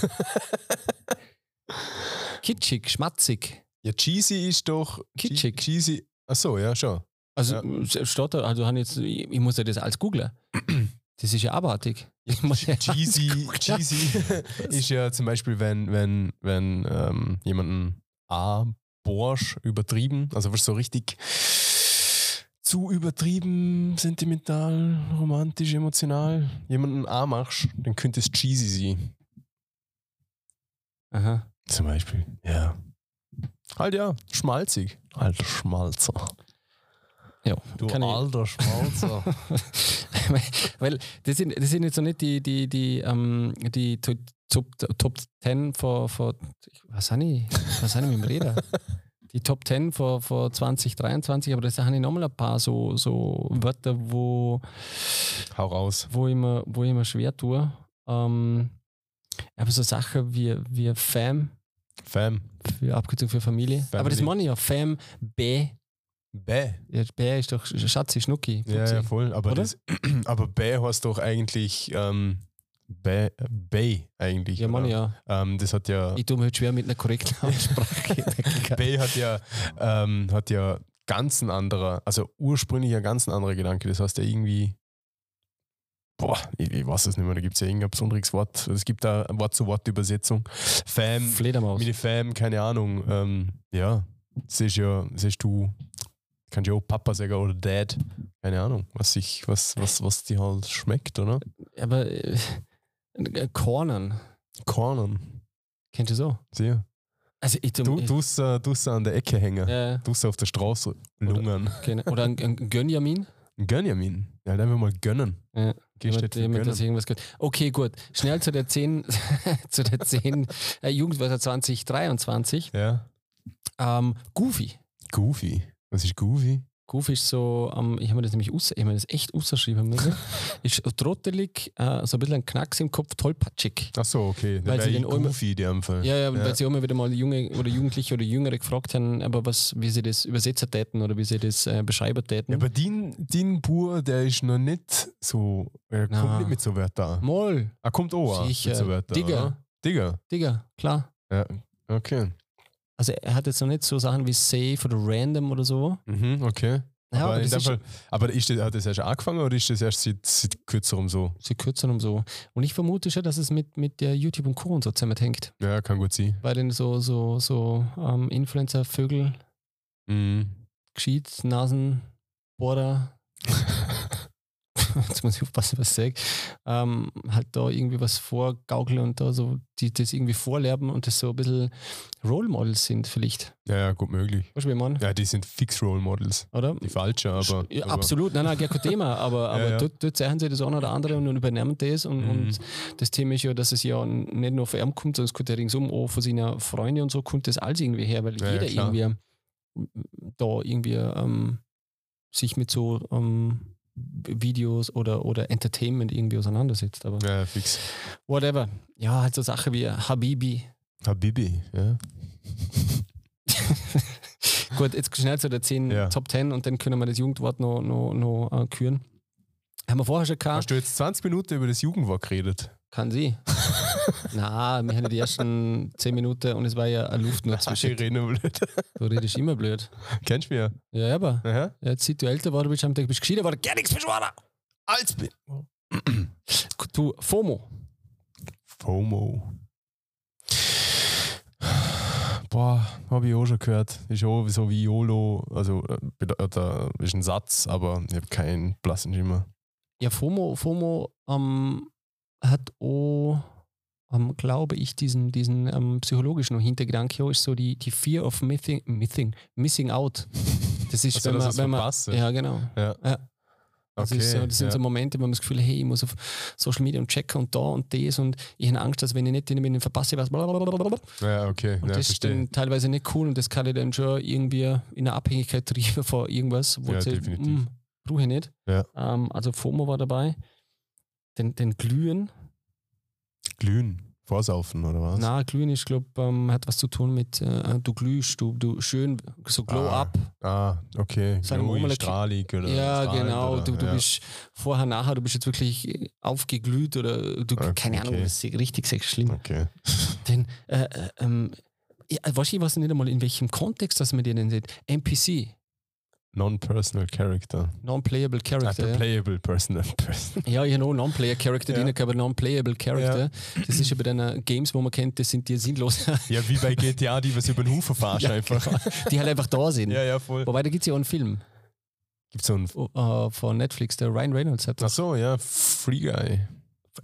Speaker 1: Kitschig, schmatzig.
Speaker 2: Ja, cheesy ist doch.
Speaker 1: Kitschig.
Speaker 2: Cheesy. Achso, ja, schon.
Speaker 1: Also,
Speaker 2: Ja.
Speaker 1: ja. Stotter, also haben jetzt, ich ich muss ja das als googlen. Das ist ja abartig. Ich muss ja
Speaker 2: Cheesy,
Speaker 1: alles googeln.
Speaker 2: cheesy ist ja zum Beispiel, wenn, wenn, wenn ähm, jemanden A Borsch übertrieben, also was so richtig zu übertrieben, sentimental, romantisch, emotional, jemanden A machst, dann könnte es cheesy sein.
Speaker 1: Aha.
Speaker 2: Zum Beispiel, ja. Halt ja, schmalzig. Alter Schmalzer.
Speaker 1: Ja,
Speaker 2: Du
Speaker 1: kann ich-
Speaker 2: alter Schmalzer.
Speaker 1: Weil das sind, das sind jetzt noch nicht die, die, die, ähm, die To- Top, Top 10 vor, vor was habe ich, was habe ich mit dem Reden? Die Top 10 vor, vor 2023, aber das habe ich nochmal ein paar so, so Wörter, wo,
Speaker 2: Hau raus.
Speaker 1: wo, ich mir, wo ich mir schwer tue. Ähm, aber so Sachen wie, wie Fam,
Speaker 2: Fam.
Speaker 1: für Abkürzung für Familie. Aber das
Speaker 2: Family.
Speaker 1: meine ich ja, Fam, B.
Speaker 2: Bäh.
Speaker 1: Ja, B ist doch Schatzi, Schnucki.
Speaker 2: Ja,
Speaker 1: Fuchsi.
Speaker 2: ja, voll. Aber,
Speaker 1: Oder?
Speaker 2: das, aber Bäh heißt doch eigentlich ähm, Bäh, Bäh eigentlich.
Speaker 1: ja, meine
Speaker 2: oder?
Speaker 1: ich ja.
Speaker 2: Ähm, das hat ja.
Speaker 1: Ich tue mir halt schwer mit einer korrekten Aussprache.
Speaker 2: Bäh hat ja, ähm, hat ja ganz ein anderer, also ursprünglich ein ganz ein anderer Gedanke. Das heißt ja irgendwie. Boah, ich, ich weiß es nicht mehr, da gibt es ja irgendein besonderes Wort. Es gibt da Wort-zu-Wort-Übersetzung. Fam,
Speaker 1: Fledermaus.
Speaker 2: ähm, Meine Fam, keine Ahnung. Ähm, ja, siehst ja, siehst du, kannst ja auch Papa sagen oder Dad. Keine Ahnung, was sich, was, was, was dir halt schmeckt, oder?
Speaker 1: Aber äh, äh, Kornen,
Speaker 2: Kornen.
Speaker 1: kennst du so?
Speaker 2: Sehr.
Speaker 1: Also ich
Speaker 2: Du
Speaker 1: zum,
Speaker 2: tust äh, du's an der Ecke hängen.
Speaker 1: ja, ja,
Speaker 2: Du Tust auf der Straße lungern.
Speaker 1: genau. Oder ein, ein Gönjamin.
Speaker 2: Gönjamin. Ja, halt einfach mal gönnen.
Speaker 1: Ja.
Speaker 2: Geh
Speaker 1: Jemand,
Speaker 2: steht für
Speaker 1: jemand, das
Speaker 2: gönnen.
Speaker 1: irgendwas gehört. Okay, gut. Schnell zu der 10, zu der 10 äh, Jugendwörter 2023.
Speaker 2: Ja.
Speaker 1: Ähm, Goofy.
Speaker 2: Goofy. Was ist Goofy?
Speaker 1: Goofy ist so, ähm, ich habe mir das nämlich aus, ich hab mir das echt ausgeschrieben müssen. ist trottelig, äh, so ein bisschen ein Knacks im Kopf, tollpatschig.
Speaker 2: Ach so, okay.
Speaker 1: Weil sie
Speaker 2: Dann wäre ich
Speaker 1: den Ulmer-
Speaker 2: Goofy, der am Fall.
Speaker 1: Ja, ja, weil sie immer wieder mal junge oder Jugendliche oder Jüngere gefragt haben, aber was, wie sie das übersetzer täten oder wie sie das äh, beschreiber täten.
Speaker 2: Ja, aber den, den Bur, der ist noch nicht so, er kommt
Speaker 1: Na.
Speaker 2: nicht mit so Wörtern.
Speaker 1: Moll,
Speaker 2: Ah, kommt auch an,
Speaker 1: Sicher.
Speaker 2: mit so Wörtern,
Speaker 1: äh, Digger.
Speaker 2: oder? Digger.
Speaker 1: Digga, klar.
Speaker 2: Okay.
Speaker 1: Also er hat jetzt noch nicht so Sachen wie safe oder random oder so.
Speaker 2: Mhm, okay.
Speaker 1: Ja,
Speaker 2: aber, in
Speaker 1: das
Speaker 2: dem
Speaker 1: ist
Speaker 2: Fall, aber ist das, hat das erst angefangen oder ist das erst seit, seit kürzerem so?
Speaker 1: sie kürzen um so. Und ich vermute schon, dass es mit, mit der YouTube und Co. und so zusammenhängt.
Speaker 2: Ja, kann gut sein.
Speaker 1: Bei den so, so, so ähm, Influencer-Vögel,
Speaker 2: Mhm.
Speaker 1: Geschieds, Nasen, Bohrer. Jetzt muss ich aufpassen, was ich sage. Ähm, halt da irgendwie was vorgaukeln und da so, die das irgendwie vorlerben und das so ein bisschen Role Models sind, vielleicht.
Speaker 2: Ja, ja, gut möglich.
Speaker 1: Weißt du, wie ich meine?
Speaker 2: Ja, die sind fix Role Models.
Speaker 1: Oder?
Speaker 2: Die falschen, aber.
Speaker 1: ja,
Speaker 2: aber
Speaker 1: absolut, nein, nein, gar kein Thema, aber, aber
Speaker 2: Ja, ja.
Speaker 1: Dort, dort zeichnen sie das eine oder andere und, und übernehmen das. Und,
Speaker 2: Mhm.
Speaker 1: und das Thema ist ja, dass es ja n- nicht nur von ihm kommt, sondern es kommt ja ringsum auch von seinen Freunden und so kommt das alles irgendwie her, weil
Speaker 2: Ja, ja,
Speaker 1: jeder
Speaker 2: klar.
Speaker 1: irgendwie ähm, da irgendwie ähm, sich mit so ähm, Videos oder, oder Entertainment irgendwie auseinandersetzt. Aber
Speaker 2: Ja, fix.
Speaker 1: whatever. Ja, halt so Sachen wie Habibi.
Speaker 2: Habibi, ja.
Speaker 1: Gut, jetzt schnell zu der 10
Speaker 2: Ja.
Speaker 1: Top 10 und dann können wir das Jugendwort noch, noch, noch äh, küren. Haben wir vorher schon gehabt?
Speaker 2: Hast du jetzt 20 Minuten über das Jugendwort geredet?
Speaker 1: Kann sie. Na, wir haben die ersten 10 Minuten und es war ja eine Luft nur
Speaker 2: Ach, ich
Speaker 1: zwischen.
Speaker 2: rede blöd.
Speaker 1: Du redest immer blöd.
Speaker 2: Kennst du mich ja?
Speaker 1: Ja, aber
Speaker 2: Aha.
Speaker 1: ja, jetzt, seit du älter warst, bist du am Tag bist du gescheiter, war gar nichts beschworen.
Speaker 2: Als bin.
Speaker 1: Du, FOMO.
Speaker 2: FOMO. Boah, habe ich auch schon gehört. Ist auch so wie YOLO, also äh, bede- oder ist ein Satz, aber ich habe keinen blassen Schimmer.
Speaker 1: Ja, FOMO, FOMO ähm, hat auch, ähm, glaube ich, diesen, diesen ähm, psychologischen Hintergedanke, auch, ist so die, die Fear of missing, missing, missing out. Das ist,
Speaker 2: Also,
Speaker 1: wenn
Speaker 2: dass
Speaker 1: man,
Speaker 2: es
Speaker 1: wenn man,
Speaker 2: verpasst ist.
Speaker 1: ja, genau.
Speaker 2: Ja.
Speaker 1: Das,
Speaker 2: Okay,
Speaker 1: ist so, das sind
Speaker 2: ja.
Speaker 1: so Momente, wo man das Gefühl hat, hey, ich muss auf Social Media und checken und da und das und ich habe Angst, dass wenn ich nicht den, den verpasse, was blablabla.
Speaker 2: ja, okay.
Speaker 1: Und
Speaker 2: ja,
Speaker 1: das ist
Speaker 2: verstehe.
Speaker 1: dann teilweise nicht cool und das kann ich dann schon irgendwie in eine Abhängigkeit treiben von irgendwas, wo
Speaker 2: Ja,
Speaker 1: ich sag,
Speaker 2: definitiv.
Speaker 1: "Mm, brauche ich nicht.
Speaker 2: Ja.
Speaker 1: Ähm, also FOMO war dabei. Den, den Glühen,
Speaker 2: Glühen, vorsaufen oder was?
Speaker 1: na, Glühen ist, glaube ähm, hat was zu tun mit äh, du glühst, du, du schön, so glow
Speaker 2: Ah,
Speaker 1: up.
Speaker 2: Ah, okay.
Speaker 1: Sagen wir
Speaker 2: Glowy,
Speaker 1: mal, okay.
Speaker 2: strahlig oder
Speaker 1: Ja,
Speaker 2: strahlend
Speaker 1: genau.
Speaker 2: Oder,
Speaker 1: du du
Speaker 2: ja.
Speaker 1: bist vorher, nachher, du bist jetzt wirklich äh, aufgeglüht oder du,
Speaker 2: Okay,
Speaker 1: keine Ahnung,
Speaker 2: Ah, okay.
Speaker 1: das ist richtig sehr schlimm.
Speaker 2: Okay.
Speaker 1: Denn, äh, äh, ähm, ja, wahrscheinlich weiß ich nicht einmal, in welchem Kontext das man den sieht. NPC.
Speaker 2: Non-personal Character.
Speaker 1: Non-playable Character.
Speaker 2: Ah,
Speaker 1: ja.
Speaker 2: playable Personal Person.
Speaker 1: Ja, ich habe noch Non-Player Character
Speaker 2: Ja.
Speaker 1: drin, aber Non-Playable Character. Das ist ja bei den Games, wo man kennt, das sind die sinnlos,
Speaker 2: Ja, wie bei GTA, die was über den Hufen fahrst
Speaker 1: Ja,
Speaker 2: einfach.
Speaker 1: die halt einfach da sind.
Speaker 2: Ja, ja, voll.
Speaker 1: Wobei, da gibt es ja auch einen Film
Speaker 2: Gibt's so einen.
Speaker 1: äh, von Netflix, der Ryan Reynolds hat.
Speaker 2: Ach so, ja, Free Guy.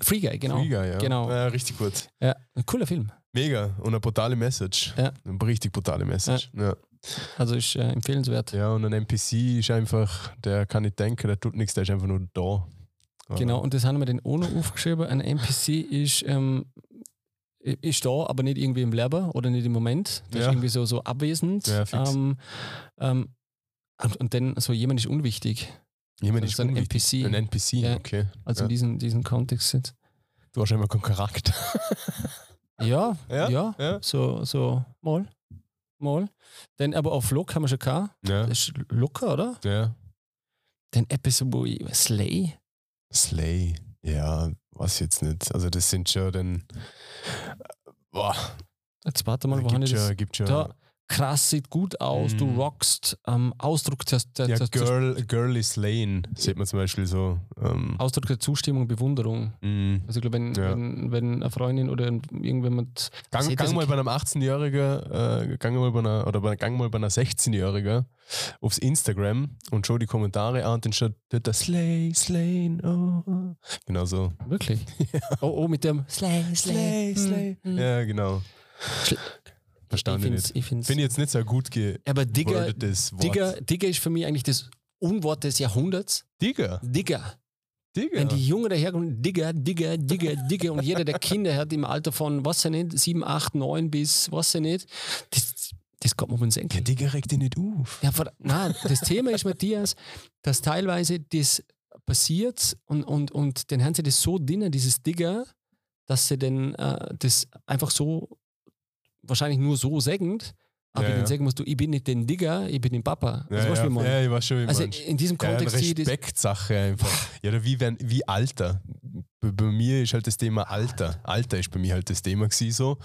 Speaker 1: Free Guy, genau.
Speaker 2: Free Guy, ja.
Speaker 1: Genau.
Speaker 2: Ja, richtig gut.
Speaker 1: Ja, ein cooler Film.
Speaker 2: Mega. Und eine brutale Message.
Speaker 1: Ja.
Speaker 2: Eine richtig brutale Message. Ja. Ja.
Speaker 1: Also ist äh, empfehlenswert.
Speaker 2: und ein NPC ist einfach, der kann nicht denken, der tut nichts, der ist einfach nur da. Aber-
Speaker 1: Genau, und das haben wir den ohne aufgeschrieben. Ein NPC ist, ähm, ist da, aber nicht irgendwie im Leben oder nicht im Moment. Der
Speaker 2: Ja.
Speaker 1: ist irgendwie so, so abwesend.
Speaker 2: Ja, fix.
Speaker 1: ähm, ähm, und, und dann so jemand ist unwichtig.
Speaker 2: Jemand
Speaker 1: Das
Speaker 2: ist
Speaker 1: ist ein
Speaker 2: unwichtig.
Speaker 1: NPC.
Speaker 2: Ein NPC,
Speaker 1: Ja.
Speaker 2: okay.
Speaker 1: Also
Speaker 2: Ja.
Speaker 1: in diesem, diesem Kontext jetzt.
Speaker 2: Du hast einfach keinen Charakter.
Speaker 1: Ja, ja,
Speaker 2: Ja.
Speaker 1: So, so, mal. Mal. Dann aber auf Lock haben wir schon gehabt.
Speaker 2: Ja.
Speaker 1: Das ist locker, oder?
Speaker 2: ja.
Speaker 1: Dann Episode Slay.
Speaker 2: Slay. Ja, was jetzt nicht. Also, das sind schon dann. Boah,
Speaker 1: Jetzt warte mal, wo habe
Speaker 2: gibt
Speaker 1: ich das?
Speaker 2: schon. Gibt schon
Speaker 1: Da, krass, sieht gut aus, du
Speaker 2: Mhm.
Speaker 1: rockst. Ähm, Ausdruck, der, der,
Speaker 2: ja,
Speaker 1: der, der,
Speaker 2: Girl, Girl is Lane, sieht man zum Beispiel so. Ähm,
Speaker 1: Ausdruck der Zustimmung und Bewunderung.
Speaker 2: mh.
Speaker 1: Also ich glaube, wenn,
Speaker 2: Ja.
Speaker 1: wenn, wenn eine Freundin oder irgendwann mit
Speaker 2: Gang,
Speaker 1: Seht
Speaker 2: gang
Speaker 1: das-
Speaker 2: mal bei einem 18-Jährigen, äh, gang mal bei einer, oder bei, gang mal bei einer 16-Jährigen aufs Instagram und schau die Kommentare an, dann steht dort der Slay, Slay, oh, oh. Genau so.
Speaker 1: wirklich. Oh, oh, mit dem Slay, Slay, Slay. Hm, hm.
Speaker 2: Ja, genau.
Speaker 1: Schl-
Speaker 2: Verstanden
Speaker 1: ich
Speaker 2: nicht.
Speaker 1: find's, ich find's.
Speaker 2: Finde ich jetzt nicht so ein gut gewordetes
Speaker 1: aber Digger,
Speaker 2: Wort.
Speaker 1: Digger, Digger ist für mich eigentlich das Unwort des Jahrhunderts.
Speaker 2: Digger.
Speaker 1: Digger.
Speaker 2: Digger.
Speaker 1: Wenn die Jungen daherkommen, Digger, Digger, Digger, Digger und jeder, der Kinder hat im Alter von, was er nicht, 7, 8, 9 bis, was er nicht, das, das kommt mir auf den Senkel.
Speaker 2: ja, Digger regt dich nicht auf.
Speaker 1: Ja, ver- nein, das Thema ist, Matthias, dass teilweise das passiert und, und, und dann haben sie das so drin, dieses Digger, dass sie dann äh, das einfach so, wahrscheinlich nur so sägend, aber
Speaker 2: Ja,
Speaker 1: wenn
Speaker 2: ja.
Speaker 1: dann sagen musst du, ich bin nicht den Digger, ich bin den Papa.
Speaker 2: Ja,
Speaker 1: Also, weißt du, wie ich
Speaker 2: ja,
Speaker 1: meine?
Speaker 2: ja, ich weiß schon, wie du
Speaker 1: also
Speaker 2: meinst.
Speaker 1: in diesem Kontext
Speaker 2: ja,
Speaker 1: sehe ich das.
Speaker 2: Respektsache einfach. Ja, oder wie, wenn, wie Alter. Bei, bei mir ist halt das Thema Alter. Alter ist bei mir halt das Thema gewesen, so.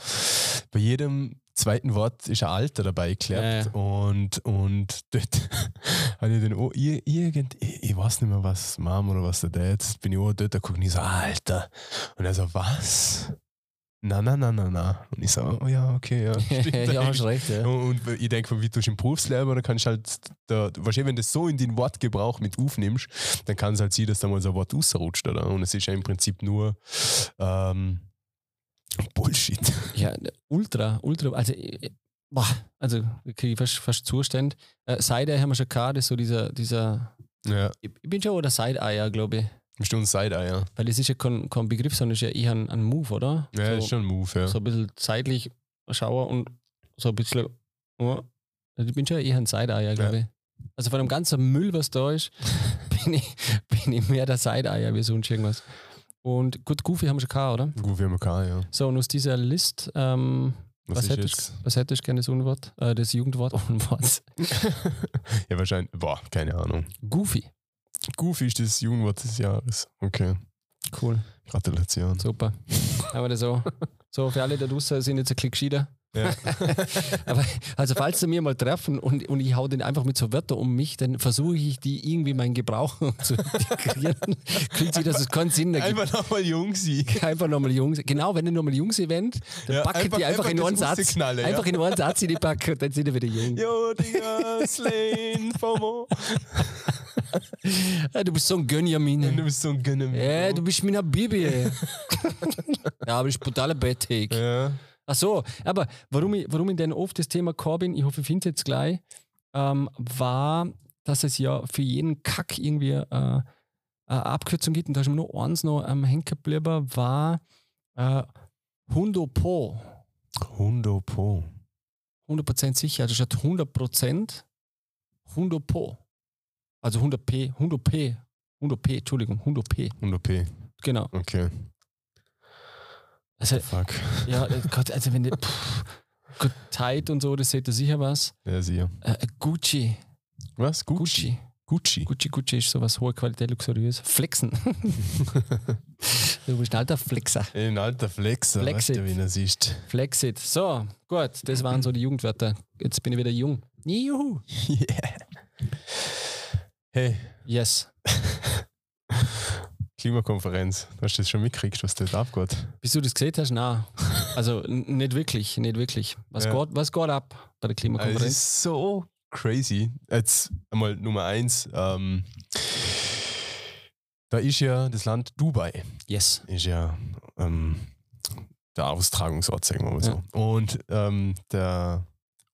Speaker 2: Bei jedem zweiten Wort ist ein Alter dabei geklärt. Und, und dort hatte ich dann auch ir- irgend, ich, ich weiß nicht mehr, was Mom oder was der Dad, bin ich auch dort, da gucke ich so, Alter. Und er so, was? Na, na, na, na, na. Und ich so, oh ja, okay, ja. stimmt
Speaker 1: ja, hast recht. Ja.
Speaker 2: und und ich denke, wie du es im Berufsleben, da kannst du halt, da, wahrscheinlich, wenn du das so in den Wortgebrauch mit aufnimmst, dann kann es halt sein, dass da mal so ein Wort rausrutscht, oder? Und es ist ja im Prinzip nur ähm, Bullshit.
Speaker 1: ja, ultra, ultra, also, äh, boah, also kriege ich fast, fast Zustand. Äh, Side-Eye haben wir schon gehabt, das ist so dieser, dieser,
Speaker 2: Ja,
Speaker 1: ich ich bin schon oder Side-Eye, glaube ich.
Speaker 2: bestimmt Side-Eye, ja.
Speaker 1: Weil es ist ja kein, kein Begriff, sondern es ist ja eher ein, ein Move, oder?
Speaker 2: Ja,
Speaker 1: so,
Speaker 2: ist schon ein Move, ja.
Speaker 1: so ein bisschen seitlich schauer und so ein bisschen. Ja, ich bin schon eher ein Side-Eier, glaube ich. Also von dem ganzen Müll, was da ist, bin ich, bin ich mehr der Side-Eier wie sonst irgendwas. Und gut, Goofy haben wir schon gehabt, oder?
Speaker 2: Gut, wir haben keinen, ja.
Speaker 1: So, und aus dieser List, ähm, was,
Speaker 2: ist
Speaker 1: hättest, was hättest du gerne das Unwort, äh, das Jugendwort Unwort?
Speaker 2: jetzt? Ja, wahrscheinlich, boah, keine Ahnung.
Speaker 1: Goofy.
Speaker 2: Goofy ist das Jugendwort des Jahres. Okay,
Speaker 1: Cool.
Speaker 2: Gratulation.
Speaker 1: Super. Haben wir das so. So, für alle da draußen sind jetzt ein Klick gescheiter.
Speaker 2: Ja.
Speaker 1: Aber also falls sie mir mal treffen und, und ich hau den einfach mit so Wörter um mich, dann versuche ich die irgendwie meinen Gebrauch zu integrieren. Kriegt sie, dass es keinen Sinn ergibt.
Speaker 2: Einfach nochmal Jungsi.
Speaker 1: Einfach nochmal Jungs. Genau, wenn ihr nochmal Jungs event, dann
Speaker 2: Ja,
Speaker 1: packt
Speaker 2: einfach-
Speaker 1: ihr einfach,
Speaker 2: einfach
Speaker 1: in
Speaker 2: das
Speaker 1: einen
Speaker 2: musst du
Speaker 1: Satz.
Speaker 2: knallen, ja.
Speaker 1: einfach in einen Satz in die Pack, dann sind ihr wieder jung.
Speaker 2: Jo, Digga, Slain, FOMO.
Speaker 1: Ah, Du bist so ein Gönjamin.
Speaker 2: Du bist so ein Gönner.
Speaker 1: Ja, du bist mein Bibi. ja, aber ich bin totaler Bettig.
Speaker 2: Ja.
Speaker 1: Ach so, aber warum ich, warum ich denn oft das Thema Corbyn, ich hoffe, ich finde es jetzt gleich, ähm, war, dass es ja für jeden Kack irgendwie äh, eine Abkürzung gibt. Und da ist mir nur eins noch am Hängen geblieben, war äh, Hundo Po.
Speaker 2: Hundo Po.
Speaker 1: 100% sicher, also statt 100%, Hundo Po. Also 100 P, 100 P, 100 P, Entschuldigung, 100 P,
Speaker 2: Hundo P.
Speaker 1: genau.
Speaker 2: Okay.
Speaker 1: Also,
Speaker 2: Fuck.
Speaker 1: ja, äh, Gott, also wenn du, pff, Gott, Tide und so, das seht ihr sicher was.
Speaker 2: Ja, sicher.
Speaker 1: Äh, äh, Gucci,
Speaker 2: Was?
Speaker 1: Gucci.
Speaker 2: Gucci.
Speaker 1: Gucci Gucci ist sowas hohe Qualität, luxuriös. Flexen. du bist ein alter Flexer.
Speaker 2: Ein alter Flexer.
Speaker 1: Flexit.
Speaker 2: Weißt du, wie er siehst.
Speaker 1: Flexit. So, gut, das waren so die Jugendwörter. Jetzt bin ich wieder jung. Juhu.
Speaker 2: Yeah. Hey,
Speaker 1: Yes.
Speaker 2: Klimakonferenz. Hast du das schon mitgekriegt, was das abgeht?
Speaker 1: Bis du das gesehen hast? Nein. Also n- nicht wirklich, nicht wirklich. Was,
Speaker 2: Ja.
Speaker 1: geht, was geht ab bei der
Speaker 2: Also, es
Speaker 1: Klimakonferenz?
Speaker 2: ist so crazy. Jetzt einmal Nummer eins. Ähm, da ist ja das Land Dubai.
Speaker 1: yes.
Speaker 2: ist ja ähm, der Austragungsort, sagen wir mal so.
Speaker 1: Ja.
Speaker 2: Und ähm, der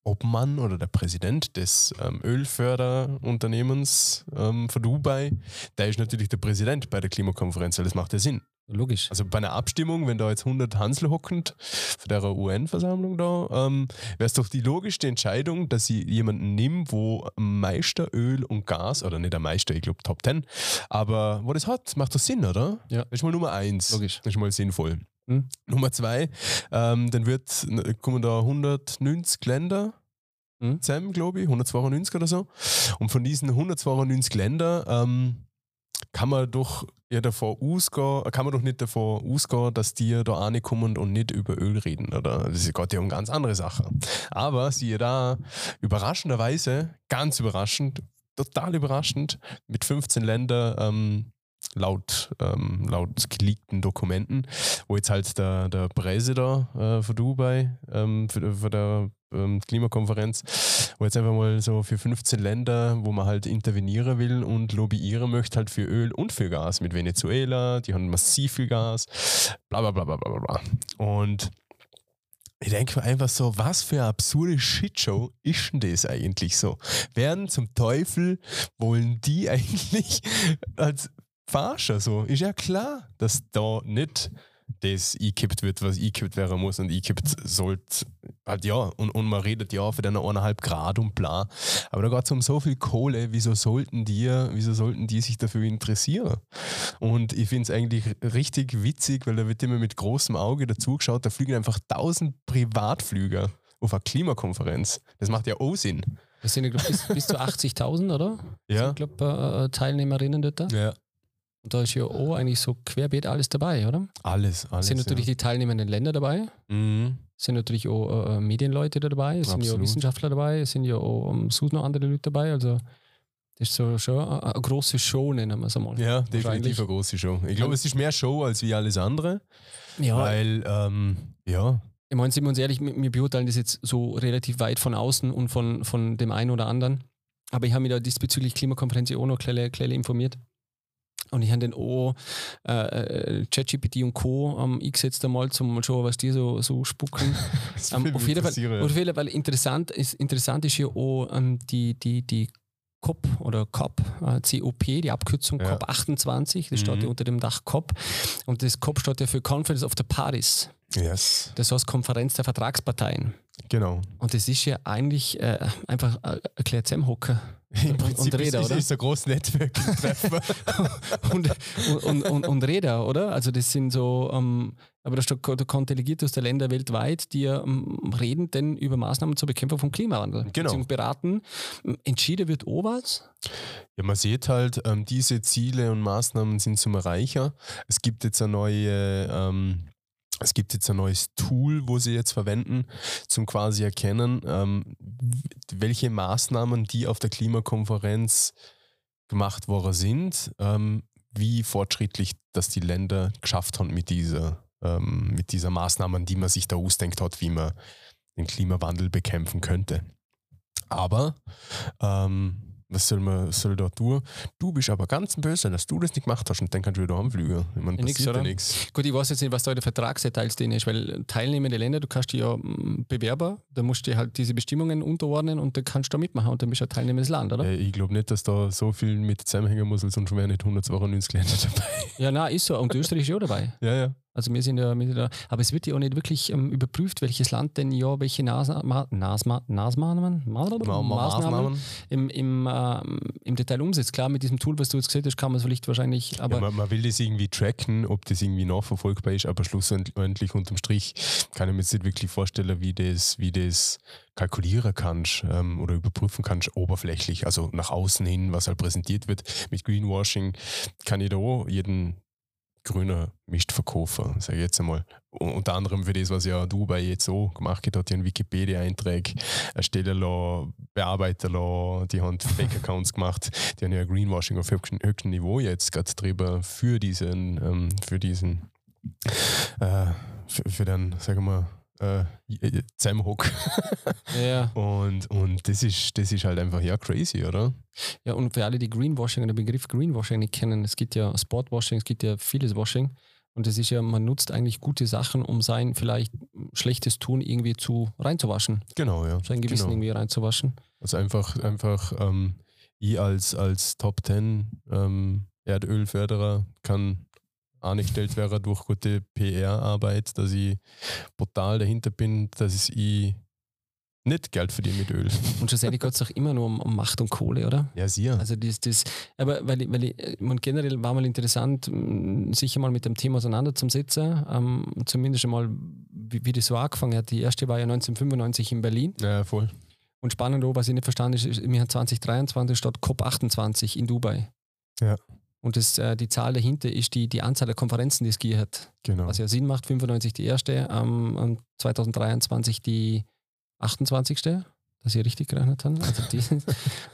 Speaker 2: Obmann oder der Präsident des ähm, Ölförderunternehmens ähm, von Dubai, der ist natürlich der Präsident bei der Klimakonferenz, weil das macht ja Sinn.
Speaker 1: Logisch.
Speaker 2: Also bei einer Abstimmung, wenn da jetzt 100 Hansel hockend von der UN-Versammlung da, ähm, wäre es doch die logischste Entscheidung, dass sie jemanden nimmt, wo am meisten Öl und Gas, oder nicht am meisten, ich glaube Top 10, aber wo das hat, macht doch Sinn, oder?
Speaker 1: Ja.
Speaker 2: Das ist mal Nummer eins.
Speaker 1: Logisch.
Speaker 2: Das ist mal sinnvoll.
Speaker 1: Mhm.
Speaker 2: Nummer zwei, ähm, dann wird, kommen da 190 Länder
Speaker 1: Mhm.
Speaker 2: zusammen, glaube ich, 192 oder so. Und von diesen 192 Ländern ähm, kann man doch ja davor ausgehen, äh, kann man doch nicht davor ausgehen, dass die da ankommen und nicht über Öl reden, oder? Das geht ja um ganz andere Sachen. Aber siehe da, überraschenderweise, ganz überraschend, total überraschend, mit 15 Ländern ähm, laut, ähm, laut geleakten Dokumenten, wo jetzt halt der, der Präsident äh, von Dubai, ähm, für, für der ähm, Klimakonferenz, wo jetzt einfach mal so für 15 Länder, wo man halt intervenieren will und lobbyieren möchte, halt für Öl und für Gas mit Venezuela, die haben massiv viel Gas, bla bla bla bla bla bla. bla. Und ich denke mir einfach so, was für eine absurde Shitshow ist denn das eigentlich so? Werden zum Teufel wollen die eigentlich als Verarscher so? Ist ja klar, dass da nicht das eingekippt wird, was eingekippt werden muss und eingekippt sollte. Halt ja, und, und man redet ja für deine eineinhalb Grad und bla. Aber da geht es um so viel Kohle, wieso sollten die, wieso sollten die sich dafür interessieren? Und ich finde es eigentlich richtig witzig, weil da wird immer mit großem Auge dazugeschaut, da fliegen einfach tausend Privatflüger auf eine Klimakonferenz. Das macht ja auch Sinn.
Speaker 1: Das sind ja glaub, bis, bis zu 80.000, oder?
Speaker 2: Ja.
Speaker 1: Ich glaube, äh, Teilnehmerinnen dort. da.
Speaker 2: ja.
Speaker 1: Und da ist ja auch eigentlich so querbeet alles dabei, oder?
Speaker 2: Alles, Äh. alles.
Speaker 1: sind natürlich die teilnehmenden Länder dabei,
Speaker 2: ja. mhm.
Speaker 1: sind natürlich auch äh, äh, Medienleute da dabei, es sind ja auch
Speaker 2: Absolut.
Speaker 1: Wissenschaftler dabei, es sind ja auch um, sonst noch andere Leute dabei. Also das ist so schon eine, eine große Show, nennen wir es einmal.
Speaker 2: Ja,
Speaker 1: Wahrscheinlich.
Speaker 2: definitiv eine große Show. Ich glaube, es ist mehr Show als wie alles andere,
Speaker 1: ja
Speaker 2: weil, ähm, ja,
Speaker 1: Ich meine, sind wir uns ehrlich, wir wir beurteilen das jetzt so relativ weit von außen und von, von dem einen oder anderen. Aber ich habe mich da diesbezüglich Klimakonferenz auch noch kleine, kleine informiert. Und ich habe den O, äh, äh, ChatGPT und Co. am eingesetzt einmal, zum mal schauen, was die so, so spucken.
Speaker 2: das
Speaker 1: Ähm,
Speaker 2: würde
Speaker 1: auf,
Speaker 2: mich
Speaker 1: jeden Fall,
Speaker 2: interessieren.
Speaker 1: auf jeden Fall interessant ist, interessant ist ja auch ähm, die, die, die COP oder COP, äh, COP, die Abkürzung
Speaker 2: Ja.
Speaker 1: COP28, das steht
Speaker 2: Mhm.
Speaker 1: ja unter dem Dach COP. Und das COP steht ja für Conference of the Parties,
Speaker 2: Yes,
Speaker 1: das heißt Konferenz der Vertragsparteien.
Speaker 2: genau.
Speaker 1: Und das ist ja eigentlich äh, einfach äh, erklärt Semhocker.
Speaker 2: Im
Speaker 1: und Räder,
Speaker 2: ist,
Speaker 1: oder?
Speaker 2: ist ein großes Netzwerk.
Speaker 1: und, und, und, und, und Räder, oder? Also das sind so, ähm, aber da steht ko- da kommt Delegierte aus der Länder weltweit, die ähm, reden denn über Maßnahmen zur Bekämpfung vom Klimawandel.
Speaker 2: Genau.
Speaker 1: Beziehungsweise beraten. Ähm, Entschieden wird auch was.
Speaker 2: Ja, man sieht halt, ähm, diese Ziele und Maßnahmen sind zum Erreichen. Es gibt jetzt eine neue, ähm, es gibt jetzt ein neues Tool, wo sie jetzt verwenden, zum quasi erkennen, ähm, w- welche Maßnahmen, die auf der Klimakonferenz gemacht worden sind, ähm, wie fortschrittlich das die Länder geschafft haben mit dieser, ähm, mit dieser Maßnahmen, die man sich da ausdenkt hat, wie man den Klimawandel bekämpfen könnte. Aber ähm, was soll man soll da tun? Du bist aber ganz böse, dass du das nicht gemacht hast und dann kannst du wieder anfliegen. Ich meine,
Speaker 1: Ja, nix,
Speaker 2: passiert ja
Speaker 1: oder?
Speaker 2: nichts.
Speaker 1: Gut, ich weiß jetzt nicht, was da in der Vertragsdetails drin ist, weil teilnehmende Länder, du kannst dich ja ähm, Bewerber, da musst du dir halt diese Bestimmungen unterordnen und dann kannst du da mitmachen und dann bist du ein teilnehmendes Land, oder?
Speaker 2: Äh, ich glaube nicht, dass da so viel mit zusammenhängen muss, weil sonst wären nicht 192 Länder dabei.
Speaker 1: Ja, nein, ist so. Und Österreich ist ja auch dabei.
Speaker 2: Ja, ja.
Speaker 1: Also wir sind ja, wir sind ja aber es wird ja auch nicht wirklich ähm, überprüft, welches Land denn ja welche Nasma, Nasma, Nasmaßnahmen, Ma-
Speaker 2: Ma- ma-
Speaker 1: Maßnahmen im, im, ähm, im Detail umsetzt. Klar, mit diesem Tool, was du jetzt gesehen hast, kann man es vielleicht wahrscheinlich, aber
Speaker 2: ja, man, man will das irgendwie tracken, ob das irgendwie nachverfolgbar ist, aber schlussendlich unterm Strich kann ich mir jetzt nicht wirklich vorstellen, wie das, wie das kalkulieren kannst ähm, oder überprüfen kannst, oberflächlich, also nach außen hin, was halt präsentiert wird. Mit Greenwashing kann ich da auch jeden grüner Mistverkäufer, sage ich jetzt einmal. U- unter anderem für das, was ja du bei jetzt so gemacht hast, die einen Wikipedia-Eintrag erstellen lassen, bearbeiten lassen, die haben Fake-Accounts gemacht, die haben ja Greenwashing auf höchstem, höchstem Niveau jetzt gerade drüber für diesen, ähm, für diesen, äh, für, für den, sagen wir mal, äh, Zemhock.
Speaker 1: Ja.
Speaker 2: Und, und das, ist, das ist halt einfach ja crazy, oder?
Speaker 1: Ja, und für alle, die Greenwashing, den Begriff Greenwashing nicht kennen, es gibt ja Sportwashing, es gibt ja vieles Washing. Und das ist ja, man nutzt eigentlich gute Sachen, um sein vielleicht schlechtes Tun irgendwie zu reinzuwaschen,
Speaker 2: Genau, ja.
Speaker 1: sein Gewissen
Speaker 2: genau.
Speaker 1: irgendwie reinzuwaschen.
Speaker 2: Also einfach, einfach ähm, ich als, als Top 10 ähm, Erdölförderer kann angestellt werden durch gute PR-Arbeit, dass ich brutal dahinter bin, dass ich nicht Geld verdiene mit Öl.
Speaker 1: Und schlussendlich geht es doch immer nur um, um Macht und Kohle, oder?
Speaker 2: Ja, sicher.
Speaker 1: Also das, das, aber weil, ich- weil ich, äh, man generell war mal interessant, mh, sicher mal mit dem Thema auseinanderzusetzen, ähm, zumindest mal, wie, wie das so angefangen hat. Die erste war ja 1995 in Berlin
Speaker 2: Ja, voll.
Speaker 1: und spannend, auch, was ich nicht verstanden ist, ist, wir haben 2023 statt COP28 in Dubai.
Speaker 2: Ja.
Speaker 1: Und das, äh, die Zahl dahinter ist die, die Anzahl der Konferenzen, die es gegeben hat.
Speaker 2: Genau.
Speaker 1: Was ja Sinn macht, 95 die erste, ähm, und 2023 die 28. Dass ich richtig gerechnet habe. Also die,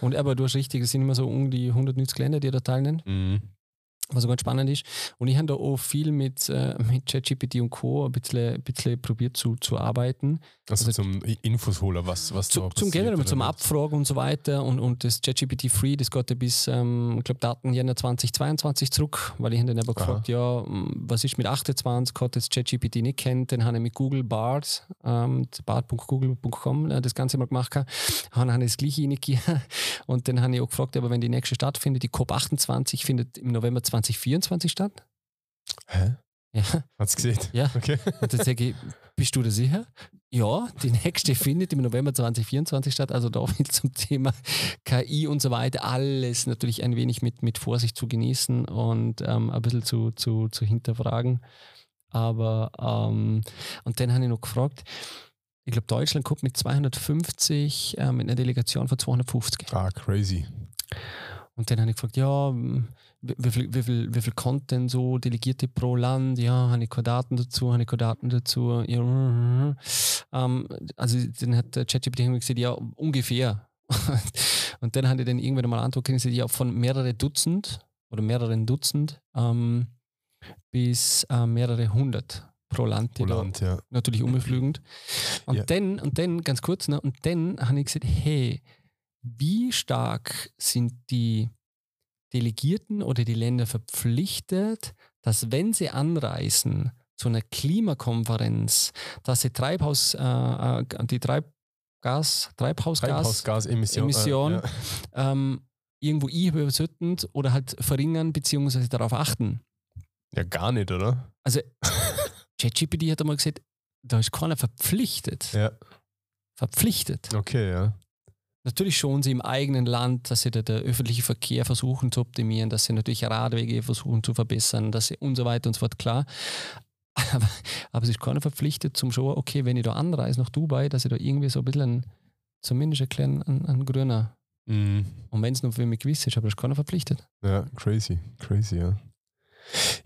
Speaker 1: und aber du hast richtig, es sind immer so um die 100 Nützländer, die da teilnehmen,
Speaker 2: Mhm.
Speaker 1: was ganz spannend ist. Und ich habe da auch viel mit, äh, mit ChatGPT und Co. ein bisschen, ein bisschen probiert zu, zu arbeiten.
Speaker 2: Also,
Speaker 1: Also-
Speaker 2: zum I- Infos holen, was, was
Speaker 1: Zu,
Speaker 2: da
Speaker 1: zum
Speaker 2: passiert,
Speaker 1: Generell,
Speaker 2: oder
Speaker 1: zum
Speaker 2: was?
Speaker 1: Abfragen und so weiter. Und, und das ChatGPT Free, das geht ja bis, ähm, ich glaube, Daten Jänner 2022 zurück, weil ich habe dann aber
Speaker 2: Aha.
Speaker 1: gefragt, ja, m, was ist mit 28, hat jetzt ChatGPT nicht kennt, dann habe ich mit Google Bard, ähm, bard.google.com, äh, das Ganze mal gemacht, gehabt. dann habe ich das gleiche reingegeben. Und dann habe ich auch gefragt, aber wenn die nächste stattfindet, die COP28 findet im November 2024 statt.
Speaker 2: Hä?
Speaker 1: Ja.
Speaker 2: Hat's gesehen?
Speaker 1: Ja.
Speaker 2: Okay.
Speaker 1: Und dann sage ich, bist du da sicher? Ja, die nächste findet im November 2024 statt. Also da viel zum Thema KI und so weiter. Alles natürlich ein wenig mit, mit Vorsicht zu genießen und ähm, ein bisschen zu, zu, zu hinterfragen. Aber, ähm, und dann habe ich noch gefragt, ich glaube, Deutschland kommt mit 250, äh, mit einer Delegation von 250.
Speaker 2: Ah, crazy.
Speaker 1: Und dann habe ich gefragt, ja, m, wie wie viel, wie viel, wie viel Content so Delegierte pro Land? Ja, habe ich keine Daten dazu, habe ich keine Daten dazu. Ja, mm, mm. ähm, also dann hat der ChatGPT irgendwie gesagt, ja, ungefähr. Und dann hatte ich dann irgendwann mal Antwort gekriegt, ja, von mehrere Dutzend oder mehreren Dutzend ähm, bis äh, mehrere hundert pro Land, die da
Speaker 2: Holland, ja.
Speaker 1: natürlich unbeflügend. Und
Speaker 2: Ja.
Speaker 1: dann, und dann, ganz kurz, ne, und dann habe ich gesagt, hey, wie stark sind die Delegierten oder die Länder verpflichtet, dass wenn sie anreisen zu einer Klimakonferenz, dass sie Treibhaus, äh, äh, die Treibgas, Treibhausgas
Speaker 2: Treibhausgasemission.
Speaker 1: Emission.
Speaker 2: Äh, ja.
Speaker 1: ähm, irgendwo einhören oder halt verringern beziehungsweise darauf achten.
Speaker 2: ja, gar nicht, oder?
Speaker 1: Also, ChatGPT hat einmal gesagt, da ist keiner verpflichtet.
Speaker 2: Ja.
Speaker 1: Verpflichtet.
Speaker 2: Okay, ja.
Speaker 1: Natürlich schon sie im eigenen Land, dass sie da der öffentliche Verkehr versuchen zu optimieren, dass sie natürlich Radwege versuchen zu verbessern, dass sie und so weiter und so fort, klar. Aber, aber es ist keiner verpflichtet zum Show, okay, wenn ich da anreise nach Dubai, dass ich da irgendwie so ein bisschen einen, zumindest erklären, einen, einen grüner.
Speaker 2: Mhm.
Speaker 1: Und wenn es nur für mich gewiss ist, aber das ist keiner verpflichtet.
Speaker 2: Ja, crazy, crazy, ja.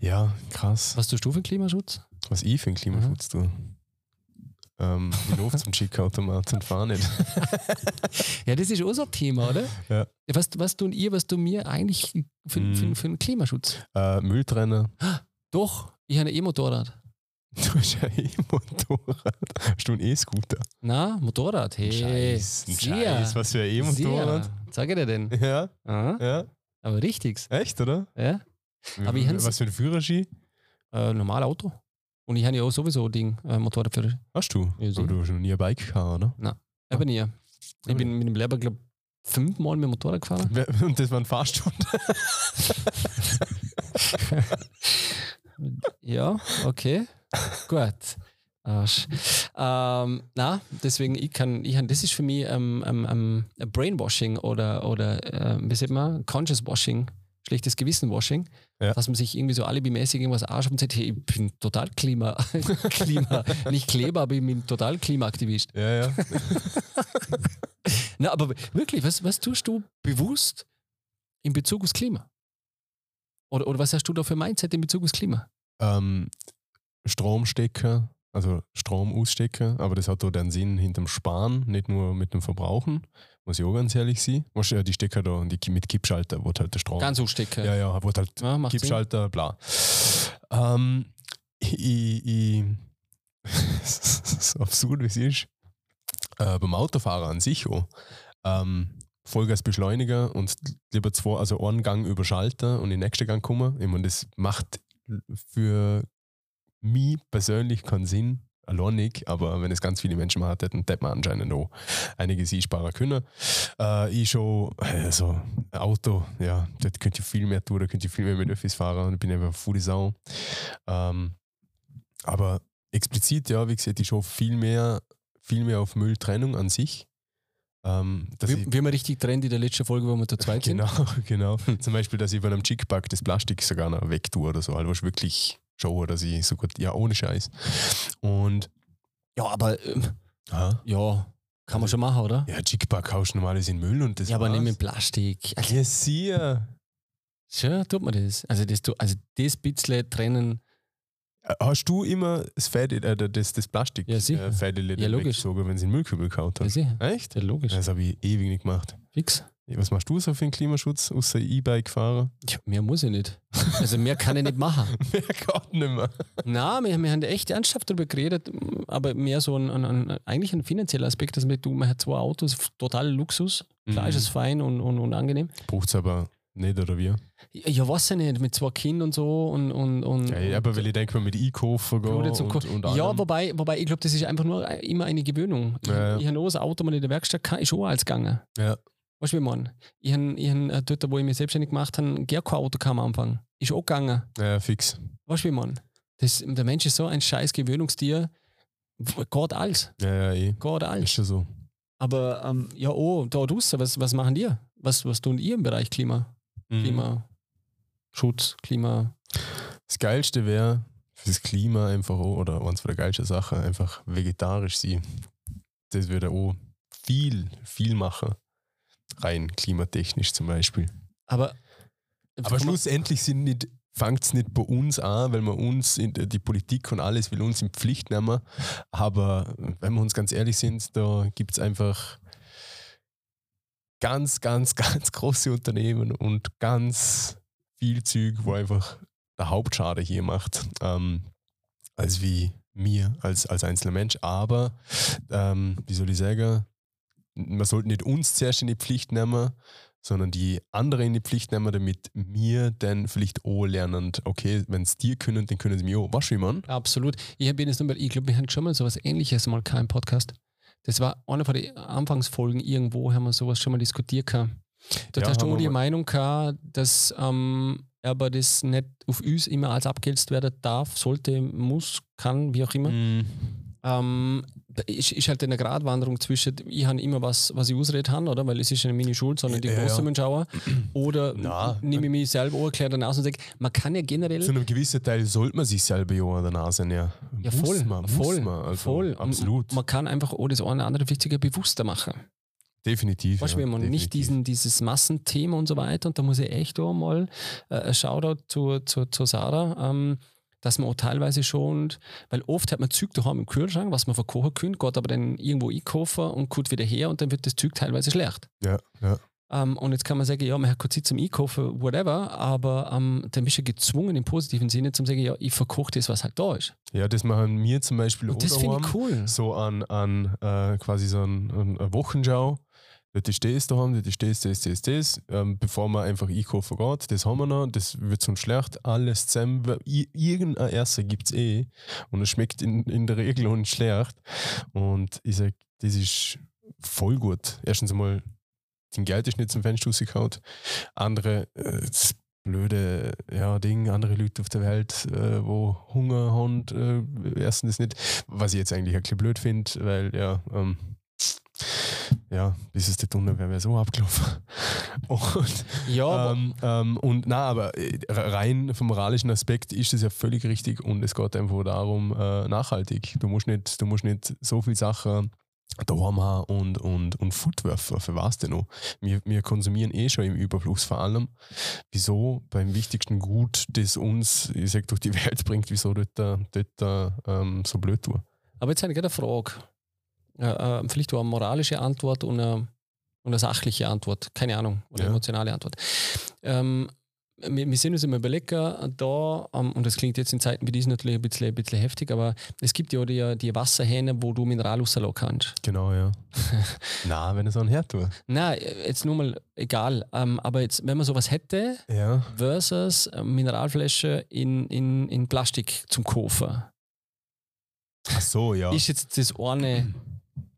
Speaker 2: Ja, krass.
Speaker 1: Was Mhm. tust du für Klimaschutz?
Speaker 2: Was ich für einen Klimaschutz tue. Ähm, die Luft zum Schickautomaten fahren nicht.
Speaker 1: Ja, das ist unser Thema, oder?
Speaker 2: Ja.
Speaker 1: Was, was tun ihr, was du mir eigentlich für, für,
Speaker 2: Mhm.
Speaker 1: für einen Klimaschutz?
Speaker 2: Äh, Mülltrenner.
Speaker 1: Doch, ich habe eh ein E-Motorrad.
Speaker 2: Du hast ja eh Motorrad. Hast du einen E-Scooter?
Speaker 1: Na, Motorrad, hey.
Speaker 2: Scheiß, ein Scheiß, was für ein E-Motorrad.
Speaker 1: sehr. Sag ich dir denn.
Speaker 2: Ja,
Speaker 1: Ah,
Speaker 2: ja.
Speaker 1: aber richtig's.
Speaker 2: Echt, oder?
Speaker 1: Ja? Aber ich hans-
Speaker 2: Was für ein Führerschein
Speaker 1: Äh, normal Auto. Und ich habe ja auch sowieso ein Ding, äh, Motorradführer.
Speaker 2: hast du?
Speaker 1: Ja, sicher.
Speaker 2: Aber du hast noch nie ein Bike gehabt, oder?
Speaker 1: Aber nie. Ich
Speaker 2: Ja.
Speaker 1: bin mit dem Leber, glaube ich, fünfmal mit dem Motorrad gefahren.
Speaker 2: Wer- Und das waren Fahrstunden.
Speaker 1: Ja, okay. Gut. Arsch. Ähm, na, deswegen, ich kann, ich kann, das ist für mich ähm, ähm, ähm, ein Brainwashing oder, oder ähm, wie sagt man, Conscious Washing, schlechtes Gewissen-Washing,
Speaker 2: Ja.
Speaker 1: dass man sich irgendwie so alibimäßig irgendwas arscht und sagt, hey, ich bin total Klima, Klima, nicht Kleber, aber ich bin total Klimaaktivist.
Speaker 2: Ja, ja.
Speaker 1: Na, aber wirklich, was, was tust du bewusst in Bezug aufs Klima? Oder, oder was hast du da für Mindset in Bezug aufs Klima?
Speaker 2: ähm, Stromstecker, also Strom ausstecken, aber das hat da den Sinn hinterm Sparen, nicht nur mit dem Verbrauchen. Muss ich auch ganz ehrlich sein. Weißt du, ja, die Stecker da und die Ki- mit Kippschalter, wo halt der Strom.
Speaker 1: Ganz hochstecken.
Speaker 2: ja, ja, wo halt
Speaker 1: Ja, macht Sinn.
Speaker 2: Kippschalter, bla. Ähm, ich, ich, so absurd wie es ist, äh, beim Autofahrer an sich auch. Ähm, Vollgasbeschleuniger und lieber zwei, also einen Gang über Schalter und den nächsten Gang kommen. Ich meine, das macht für mich persönlich keinen Sinn, allein nicht, aber wenn es ganz viele Menschen machen, hätten, hätte man anscheinend auch einiges einsparen können. Äh, ich schon, also Auto, ja, dort könnt ihr viel mehr tun, da könnt ihr viel mehr mit Öffis fahren und ich bin einfach voll die Sau. Ähm, aber explizit, ja, wie gesagt, ich schon viel mehr, viel mehr auf Mülltrennung an sich. Ähm, dass ich-
Speaker 1: Wie, wie man richtig trennt in der letzten Folge, wo wir zu zweit sind.
Speaker 2: Genau, genau. Zum Beispiel, dass ich bei einem Chickpack das Plastik sogar noch wegtue oder so. Also was wirklich schaue, dass ich so gut, ja, ohne Scheiß. Und
Speaker 1: Ja, aber ähm,
Speaker 2: aha,
Speaker 1: ja, kann man schon machen, oder?
Speaker 2: ja, Chickpack haust du normales in den Müll und das
Speaker 1: Ja, aber
Speaker 2: war's.
Speaker 1: nicht mit Plastik. Also,
Speaker 2: Ja, sicher.
Speaker 1: schon tut man das. Also das, tu- also das bisschen trennen,
Speaker 2: Hast du immer das, Fädel, äh, das, das Plastik
Speaker 1: Ja, sicher.
Speaker 2: äh, Fädel
Speaker 1: Ja, logisch.
Speaker 2: weggezogen, wenn sie in den Müllkübel kaut
Speaker 1: ja,
Speaker 2: hast?
Speaker 1: sicher.
Speaker 2: Echt?
Speaker 1: Ja, logisch.
Speaker 2: Das habe ich ewig nicht gemacht.
Speaker 1: Fix.
Speaker 2: Was machst du so für den Klimaschutz, außer E-Bike fahren?
Speaker 1: Tja, mehr muss ich nicht. Also mehr kann ich nicht machen.
Speaker 2: Mehr geht nicht mehr.
Speaker 1: Na, wir, wir haben echt ernsthaft darüber geredet, aber mehr so ein, ein, ein eigentlich ein finanzieller Aspekt, dass man, du, man hat zwei Autos, total Luxus,
Speaker 2: Mhm.
Speaker 1: klar ist es Mhm. fein und, und, und angenehm.
Speaker 2: Braucht es Mhm. aber nicht, oder wie?
Speaker 1: Ja, ja, weiß ich nicht, mit zwei Kindern und so und, und, und,
Speaker 2: Ja, aber weil ich denke, wenn mit E-Kaufen gehen
Speaker 1: Blut jetzt und,
Speaker 2: und, und
Speaker 1: Ja,
Speaker 2: allem.
Speaker 1: wobei, wobei ich glaube, das ist einfach nur äh, immer eine Gewöhnung. Ich,
Speaker 2: Ja, ja.
Speaker 1: ich habe auch ein Auto, wenn ich in der Werkstatt kann, ist auch als gegangen.
Speaker 2: Ja.
Speaker 1: Weißt du, wie ich meine? Ich habe ich hab, äh, dort, wo ich mich selbstständig gemacht habe, gar kein Auto kam am Anfang. Ist auch gegangen.
Speaker 2: Ja, fix.
Speaker 1: Weißt du, wie ich meine? Das, der Mensch ist so ein scheiß Gewöhnungstier. W- Geht alles.
Speaker 2: Ja, ja, eh.
Speaker 1: Geht
Speaker 2: Ist
Speaker 1: alles.
Speaker 2: schon so.
Speaker 1: Aber ähm, ja, oh, da draußen, was, was machen die? Was, was tun ihr im Bereich Klima?
Speaker 2: Mhm.
Speaker 1: Klimaschutz, Klima.
Speaker 2: Das Geilste wäre fürs Klima einfach auch, oder eins von der geilsten Sachen, einfach vegetarisch sein. Das würde auch viel, viel machen. Rein klimatechnisch zum Beispiel.
Speaker 1: Aber,
Speaker 2: Aber schlussendlich sind nicht fängt es nicht bei uns an, weil man uns, in, die Politik und alles will uns in Pflicht nehmen. Aber wenn wir uns ganz ehrlich sind, da gibt es einfach ganz, ganz, ganz große Unternehmen und ganz viel Zeug, wo einfach der Hauptschade hier macht, ähm, als wie mir als, als einzelner Mensch. Aber, ähm, wie soll ich sagen, man sollte nicht uns zuerst in die Pflicht nehmen, sondern die anderen in die Pflicht nehmen, damit wir dann vielleicht auch lernen, okay, wenn es dir können, dann können sie mir auch. Weißt du, wie man?
Speaker 1: Absolut. Ich bin jetzt nur mal, ich glaube, wir haben schon mal sowas ähnliches mal keinen Podcast. Das war einer von den Anfangsfolgen irgendwo, haben wir sowas schon mal diskutiert. gehabt. Dort
Speaker 2: Ja,
Speaker 1: hast
Speaker 2: haben
Speaker 1: du auch
Speaker 2: wir
Speaker 1: die
Speaker 2: mal.
Speaker 1: Meinung gehabt, dass ähm, aber das nicht auf uns immer als abgehetzt werden darf, sollte, muss, kann, wie auch
Speaker 2: Mhm.
Speaker 1: immer. Ähm, ist, ist halt eine Gratwanderung zwischen, ich habe immer was, was ich ausreden kann, oder? Weil es ist ja nicht meine Schuld, sondern die
Speaker 2: Ja, ja.
Speaker 1: großen Menschen auch. Oder
Speaker 2: Na,
Speaker 1: nehme ich mich selber auch, erkläre danach und sage, man kann ja generell.
Speaker 2: Zu einem gewissen Teil sollte man sich selber ja an der Nase näher.
Speaker 1: Ja,
Speaker 2: Muss
Speaker 1: voll,
Speaker 2: man, muss
Speaker 1: voll,
Speaker 2: man, also
Speaker 1: voll.
Speaker 2: Absolut.
Speaker 1: Man kann einfach auch das eine oder andere wichtiger bewusster machen.
Speaker 2: definitiv.
Speaker 1: Weißt du,
Speaker 2: ja,
Speaker 1: wenn man
Speaker 2: definitiv.
Speaker 1: nicht diesen, dieses Massenthema und so weiter, und da muss ich echt auch mal äh, ein Shoutout zu, zu, zu Sarah, ähm, dass man auch teilweise schon, weil oft hat man Zeug daheim im Kühlschrank, was man verkochen könnte, geht aber dann irgendwo einkaufen und kommt wieder her und dann wird das Zeug teilweise schlecht.
Speaker 2: Ja, ja.
Speaker 1: Ähm, und jetzt kann man sagen, ja, man hat kurz Zeit zum Einkaufen, whatever, aber ähm, dann bist du gezwungen im positiven Sinne zum sagen, ja, ich verkoche das, was halt da ist.
Speaker 2: ja, das machen wir zum Beispiel
Speaker 1: Und das finde
Speaker 2: daheim.
Speaker 1: ich cool.
Speaker 2: so an, an äh, quasi so an, an eine Wochenschau. Dort ist das da haben, dort ist das, das, das, das. Ähm, bevor man einfach einkaufen geht, das haben wir noch, das wird sonst schlecht, alles zusammen. weil i- Irgendein Erster gibt es eh und es schmeckt in, in der Regel auch nicht schlecht. Und ich sage, das ist voll gut. Erstens einmal, den Geld ist nicht zum Fenster rausgehauen. Andere, äh, das blöde ja, Ding, andere Leute auf der Welt, äh, wo Hunger haben, äh, essen das nicht. Was ich jetzt eigentlich ein bisschen blöd finde, weil ja, ähm, ja, bis es der Tunnel wäre, wäre so abgelaufen. Und,
Speaker 1: ja, aber-
Speaker 2: ähm, ähm, und na, aber äh, rein vom moralischen Aspekt ist das ja völlig richtig und es geht einfach darum, äh, nachhaltig. Du musst nicht, du musst nicht so viel Sachen Dorma und, und, und Footwerfer, für was denn noch? Wir, wir konsumieren eh schon im Überfluss vor allem. Wieso beim wichtigsten Gut, das uns, ich sag, durch die Welt bringt, wieso dort, äh, dort äh, ähm, so blöd tun?
Speaker 1: Aber jetzt habe ich gerade eine Frage. Äh, äh, vielleicht auch eine moralische Antwort und eine, und eine sachliche Antwort. Keine Ahnung. Oder
Speaker 2: Ja.
Speaker 1: emotionale Antwort. Ähm, wir, wir sind uns immer überlegen, da, ähm, und das klingt jetzt in Zeiten wie diesen natürlich ein bisschen, ein bisschen heftig, aber es gibt ja auch die, die Wasserhähne, wo du Mineralwasser lassen kannst.
Speaker 2: Genau, ja. Na, wenn es an Herd tut.
Speaker 1: Na, jetzt nur mal egal. Ähm, aber jetzt, wenn man sowas hätte,
Speaker 2: Ja.
Speaker 1: versus äh, Mineralflasche in, in, in Plastik zum Kaufen.
Speaker 2: Ach so, ja.
Speaker 1: Ist jetzt das eine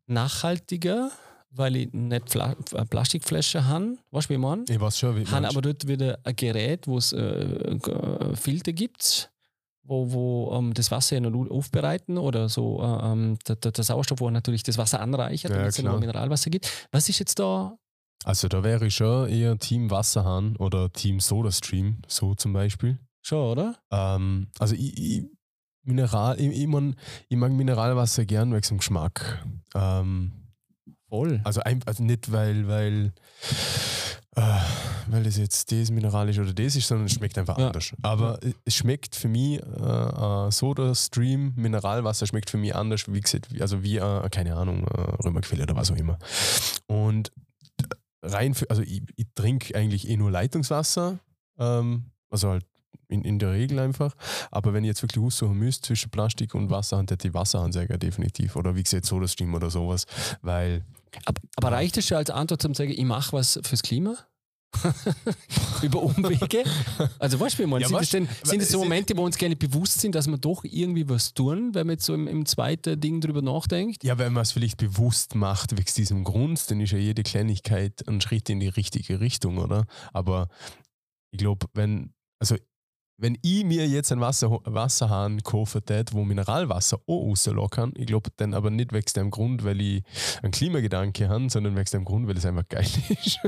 Speaker 1: nachhaltiger, weil ich nicht Fla äh, Plastikflasche habe? Weißt du, wie ich meine?
Speaker 2: ich weiß schon, wie
Speaker 1: Habe
Speaker 2: meinst.
Speaker 1: aber dort wieder ein Gerät, wo es äh, äh, Filter gibt, wo, wo ähm, das Wasser ja noch aufbereiten oder so äh, ähm, der, der, der Sauerstoff, wo natürlich das Wasser anreichert,
Speaker 2: Ja,
Speaker 1: damit es ja
Speaker 2: klar.
Speaker 1: nur Mineralwasser gibt. Was ist jetzt da?
Speaker 2: Also da wäre ich schon eher Team Wasserhahn oder Team SodaStream, so zum Beispiel.
Speaker 1: Schon, oder?
Speaker 2: Ähm, also ich, ich, Mineral, ich, ich, mein, ich mag Mineralwasser gern wegen dem Geschmack. Ähm,
Speaker 1: Voll.
Speaker 2: also, ein, also nicht, weil, weil, äh, weil das jetzt das mineralisch oder das ist, sondern es schmeckt einfach
Speaker 1: Ja.
Speaker 2: anders. Aber es schmeckt für mich, äh, äh, Soda Stream Mineralwasser schmeckt für mich anders, wie gesagt, wie- also wie, äh, keine Ahnung, äh, Römerquelle oder was auch immer. Und rein für, also ich, ich trinke eigentlich eh nur Leitungswasser, ähm, also halt in, in der Regel einfach. Aber wenn ihr jetzt wirklich aussuchen müsst zwischen Plastik und Wasser, dann hätte ich Wasserhahn sehr gerne definitiv. Oder wie gesagt, Soda Stream oder sowas, weil
Speaker 1: Aber, aber reicht es schon als Antwort zum sagen, ich mache was fürs Klima? Über Umwege? Also weißt du, wie ich meine,
Speaker 2: Ja,
Speaker 1: sind, es
Speaker 2: weißt-
Speaker 1: denn, sind es so
Speaker 2: sind-
Speaker 1: Momente, wo uns gerne bewusst sind, dass wir doch irgendwie was tun, wenn man jetzt so im, im zweiten Ding drüber nachdenkt?
Speaker 2: Ja, wenn man es vielleicht bewusst macht, wegen diesem Grund, dann ist ja jede Kleinigkeit ein Schritt in die richtige Richtung, oder? Aber ich glaube, wenn, also, wenn ich mir jetzt einen Wasser, Wasserhahn kaufen tät, wo Mineralwasser auch rauslassen kann, ich glaube, dann aber nicht wegen dem Grund, weil ich einen Klimagedanke habe, sondern wegen dem Grund, weil es einfach geil ist.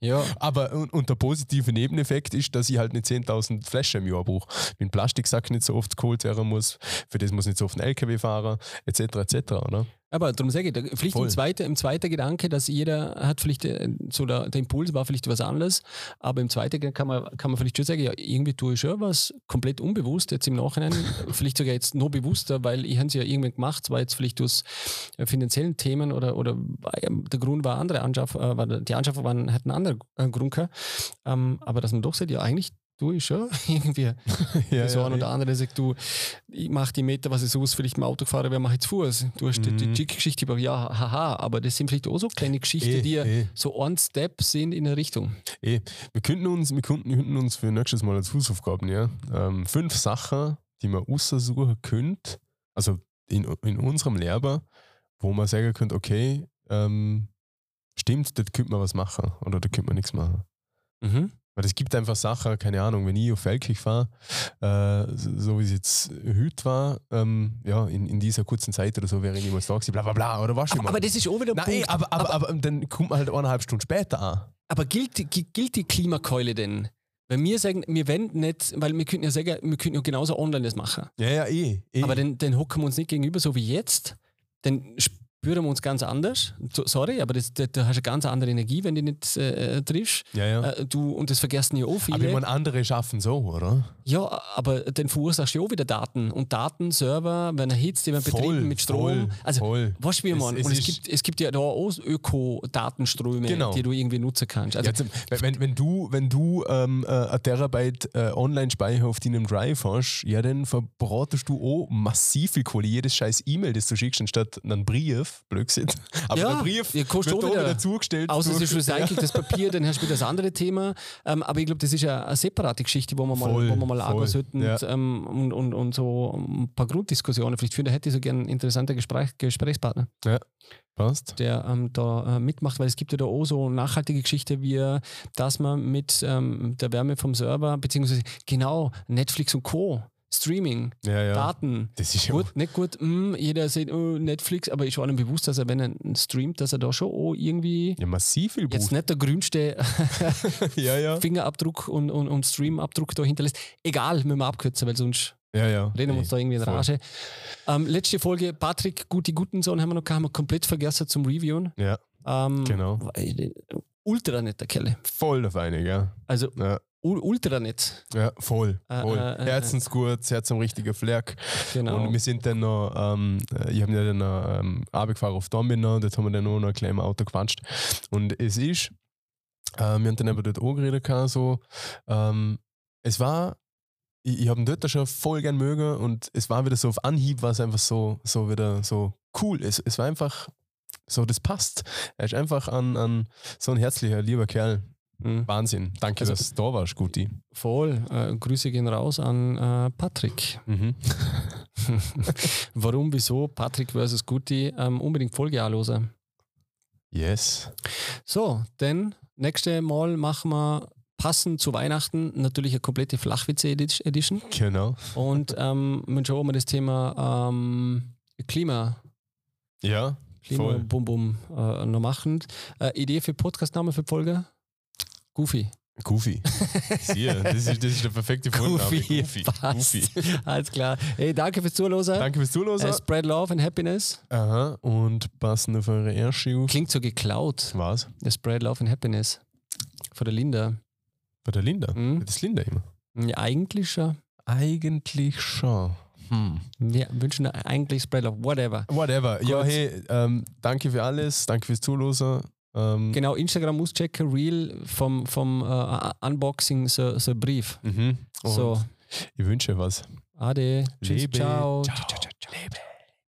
Speaker 1: Ja.
Speaker 2: Aber und, und der positive Nebeneffekt ist, dass ich halt nicht 10.000 Flaschen im Jahr brauche. Mit dem Plastiksack nicht so oft geholt werden muss, für das muss nicht so oft ein LKW fahren, etc., etc., oder?
Speaker 1: Aber darum sage ich, da- vielleicht im
Speaker 2: Voll.
Speaker 1: zweiten, im zweiten Gedanke, dass jeder hat vielleicht, äh, so der, der Impuls war vielleicht was anderes, aber im zweiten Gedanke kann man, kann man vielleicht schon sagen, ja, irgendwie tue ich schon was komplett unbewusst jetzt im Nachhinein, vielleicht sogar jetzt noch bewusster, weil ich habe es ja irgendwann gemacht, zwar jetzt vielleicht aus äh, finanziellen Themen oder, oder äh, der Grund war andere Anschaffung, äh, war- die Anschaffung waren, hat einen anderen äh, Grund gehabt, ähm, aber dass man doch sagt, ja, eigentlich tue ich schon irgendwie
Speaker 2: Ja,
Speaker 1: so
Speaker 2: ja, eh.
Speaker 1: ein oder andere sagt, du, ich mache die Meter, was ich sonst vielleicht im Auto gefahren wäre, mache ich zu Fuß. Du hast die- die
Speaker 2: Mhm.
Speaker 1: Chick-Geschichte, aber ja, haha, aber das sind vielleicht auch so kleine Geschichten,
Speaker 2: Eh,
Speaker 1: die ja
Speaker 2: eh,
Speaker 1: so ein Step sind in eine Richtung.
Speaker 2: eh. Wir könnten uns, wir könnten, könnten uns für nächstes Mal als Hausaufgaben, ja, ähm, fünf Sachen, die man aussuchen könnte, also in, in unserem Lehrbar, wo man sagen könnte, okay, ähm, stimmt, dort könnte man was machen oder da könnte man nichts machen. Weil es gibt einfach Sachen, keine Ahnung, wenn ich auf Feldkirch fahre, äh, so so wie es jetzt heute war, ähm, ja, in, in dieser kurzen Zeit oder so wäre ich niemals da gewesen, bla bla bla, oder was schon
Speaker 1: Aber, aber das ist auch wieder ein
Speaker 2: Nein, eh,
Speaker 1: Punkt.
Speaker 2: aber, aber, aber, aber dann kommt man halt eineinhalb Stunden später an.
Speaker 1: Aber gilt, die- gi- gilt die Klimakeule denn? Weil wir sagen, wir wenden nicht, weil wir könnten ja sagen, wir könnten ja genauso online das machen.
Speaker 2: Ja, ja, eh. eh.
Speaker 1: Aber dann, dann hocken wir uns nicht gegenüber, so wie jetzt. Dann spüren wir uns ganz anders. So- Sorry, aber das, da, da hast du eine ganz andere Energie, wenn du nicht äh, äh, triffst.
Speaker 2: ja, ja.
Speaker 1: Äh, du, und das vergessen ja auch viele.
Speaker 2: aber ich meine, andere schaffen so, oder?
Speaker 1: Ja, aber dann verursachst du ja auch wieder Daten. Und Daten, Server werden erhitzt, die werden betrieben mit Strom.
Speaker 2: Voll,
Speaker 1: also,
Speaker 2: voll.
Speaker 1: weißt du, wie
Speaker 2: Es-
Speaker 1: man?
Speaker 2: es
Speaker 1: Und es
Speaker 2: ist-
Speaker 1: gibt, es gibt ja da auch Öko-Datenströme,
Speaker 2: Genau.
Speaker 1: die du irgendwie nutzen kannst. Also,
Speaker 2: Ja, zum, wenn- wenn, wenn du, wenn du ähm, äh, ein Terabyte äh, Online-Speicher auf deinem Drive hast, ja, dann verbratest du auch massiv viel Kohle. Jedes scheiß E-Mail, das du schickst, anstatt einen Brief, Blödsinn. Aber
Speaker 1: Ja,
Speaker 2: der Brief
Speaker 1: ja, kostet
Speaker 2: wird
Speaker 1: auch
Speaker 2: da wieder,
Speaker 1: wieder.
Speaker 2: zugestellt.
Speaker 1: Außer es
Speaker 2: durch-
Speaker 1: ist recyceltes Papier, dann hast du wieder das andere Thema. Ähm, aber ich glaube, das ist ja eine separate Geschichte, wo wir mal,
Speaker 2: Voll,
Speaker 1: wo wir mal angehen
Speaker 2: voll,
Speaker 1: sollten
Speaker 2: ja.
Speaker 1: ähm, und, und, und so ein paar Grunddiskussionen vielleicht führen. Da hätte ich so gerne einen interessanten Gespräch, Gesprächspartner.
Speaker 2: Passt.
Speaker 1: der ähm, da äh, mitmacht, weil es gibt ja da auch so nachhaltige Geschichte, wie äh, dass man mit ähm, der Wärme vom Server, beziehungsweise genau Netflix und Co. Streaming,
Speaker 2: Ja, ja.
Speaker 1: Daten.
Speaker 2: das ist ja
Speaker 1: Gut, nicht gut, mm, jeder sieht oh, Netflix, aber ich schon einem bewusst, dass er, wenn er streamt, dass er da schon auch irgendwie
Speaker 2: Ja, massiv viel
Speaker 1: jetzt nicht der grünste
Speaker 2: Ja, ja.
Speaker 1: Fingerabdruck und, und, und Streamabdruck da hinterlässt. Egal, müssen wir abkürzen, weil sonst
Speaker 2: Ja, ja.
Speaker 1: Reden wir uns da
Speaker 2: Ey,
Speaker 1: irgendwie in
Speaker 2: voll.
Speaker 1: Rage. Ähm, letzte Folge, Patrick, gut, die guten Sohn haben wir noch gehabt, haben wir komplett vergessen zum Reviewen.
Speaker 2: Ja,
Speaker 1: Ähm,
Speaker 2: genau.
Speaker 1: weil- Ultra netter Kerle.
Speaker 2: Voll auf eine, gell?
Speaker 1: Also
Speaker 2: Ja,
Speaker 1: u- ultra nett.
Speaker 2: ja voll.
Speaker 1: Äh,
Speaker 2: voll.
Speaker 1: äh, äh,
Speaker 2: Herzensgut, Herz am richtigen Fleck.
Speaker 1: Genau.
Speaker 2: Und wir sind dann noch, ähm, äh, ich habe ja dann noch ähm, runtergefahren auf Domino, dort haben wir dann noch noch gleich im Auto gequatscht. Und es ist, äh, wir haben dann eben dort angeredet, gehabt, so, ähm, es war, ich, ich habe ihn dort schon voll gern mögen und es war wieder so auf Anhieb, war es einfach so, so wieder so cool. Es, es war einfach so, das passt. Er ist einfach an, an so ein herzlicher, lieber Kerl.
Speaker 1: Mhm.
Speaker 2: Wahnsinn. Danke,
Speaker 1: Also-
Speaker 2: dass du da warst, Guti.
Speaker 1: Voll. Äh, Grüße gehen raus an äh, Patrick.
Speaker 2: Mhm.
Speaker 1: Warum, wieso? Patrick versus Guti. Ähm, unbedingt Folge anlosen.
Speaker 2: Yes.
Speaker 1: So, denn nächste Mal machen wir passend zu Weihnachten natürlich eine komplette Flachwitze-Edition.
Speaker 2: Genau.
Speaker 1: Und ähm, mit Joe haben wir das Thema ähm, Klima,
Speaker 2: Ja.
Speaker 1: Klima
Speaker 2: Voll.
Speaker 1: Bum Bum äh, noch machen. Äh, Idee für Podcastname für die Folge? Goofy.
Speaker 2: Goofy. Siehe, das ist, das ist der perfekte Vorname.
Speaker 1: passt.
Speaker 2: Goofy.
Speaker 1: Alles klar. Hey, danke fürs Zuhören.
Speaker 2: Danke fürs
Speaker 1: Äh,
Speaker 2: Zuhören.
Speaker 1: spread Love and Happiness.
Speaker 2: Aha, und passen auf eure Ärsche auf.
Speaker 1: Klingt so geklaut.
Speaker 2: Was?
Speaker 1: Äh, Spread Love and Happiness. Von der Linda.
Speaker 2: Bei der Linda.
Speaker 1: Mhm.
Speaker 2: Das ist Linda immer.
Speaker 1: Ja, eigentlich schon.
Speaker 2: Eigentlich schon. Hm.
Speaker 1: Wir wünschen eigentlich Spread Love. Whatever.
Speaker 2: Whatever. Ja,
Speaker 1: Gut.
Speaker 2: hey, ähm, danke für alles. Danke fürs Zuhören. Ähm,
Speaker 1: Genau, Instagram muss checken. Real vom, vom äh, Unboxing, so, so Brief.
Speaker 2: mhm. Und
Speaker 1: So,
Speaker 2: Ich wünsche euch was.
Speaker 1: ade. Tschüss,
Speaker 2: Lebe.
Speaker 1: ciao.
Speaker 2: Ciao.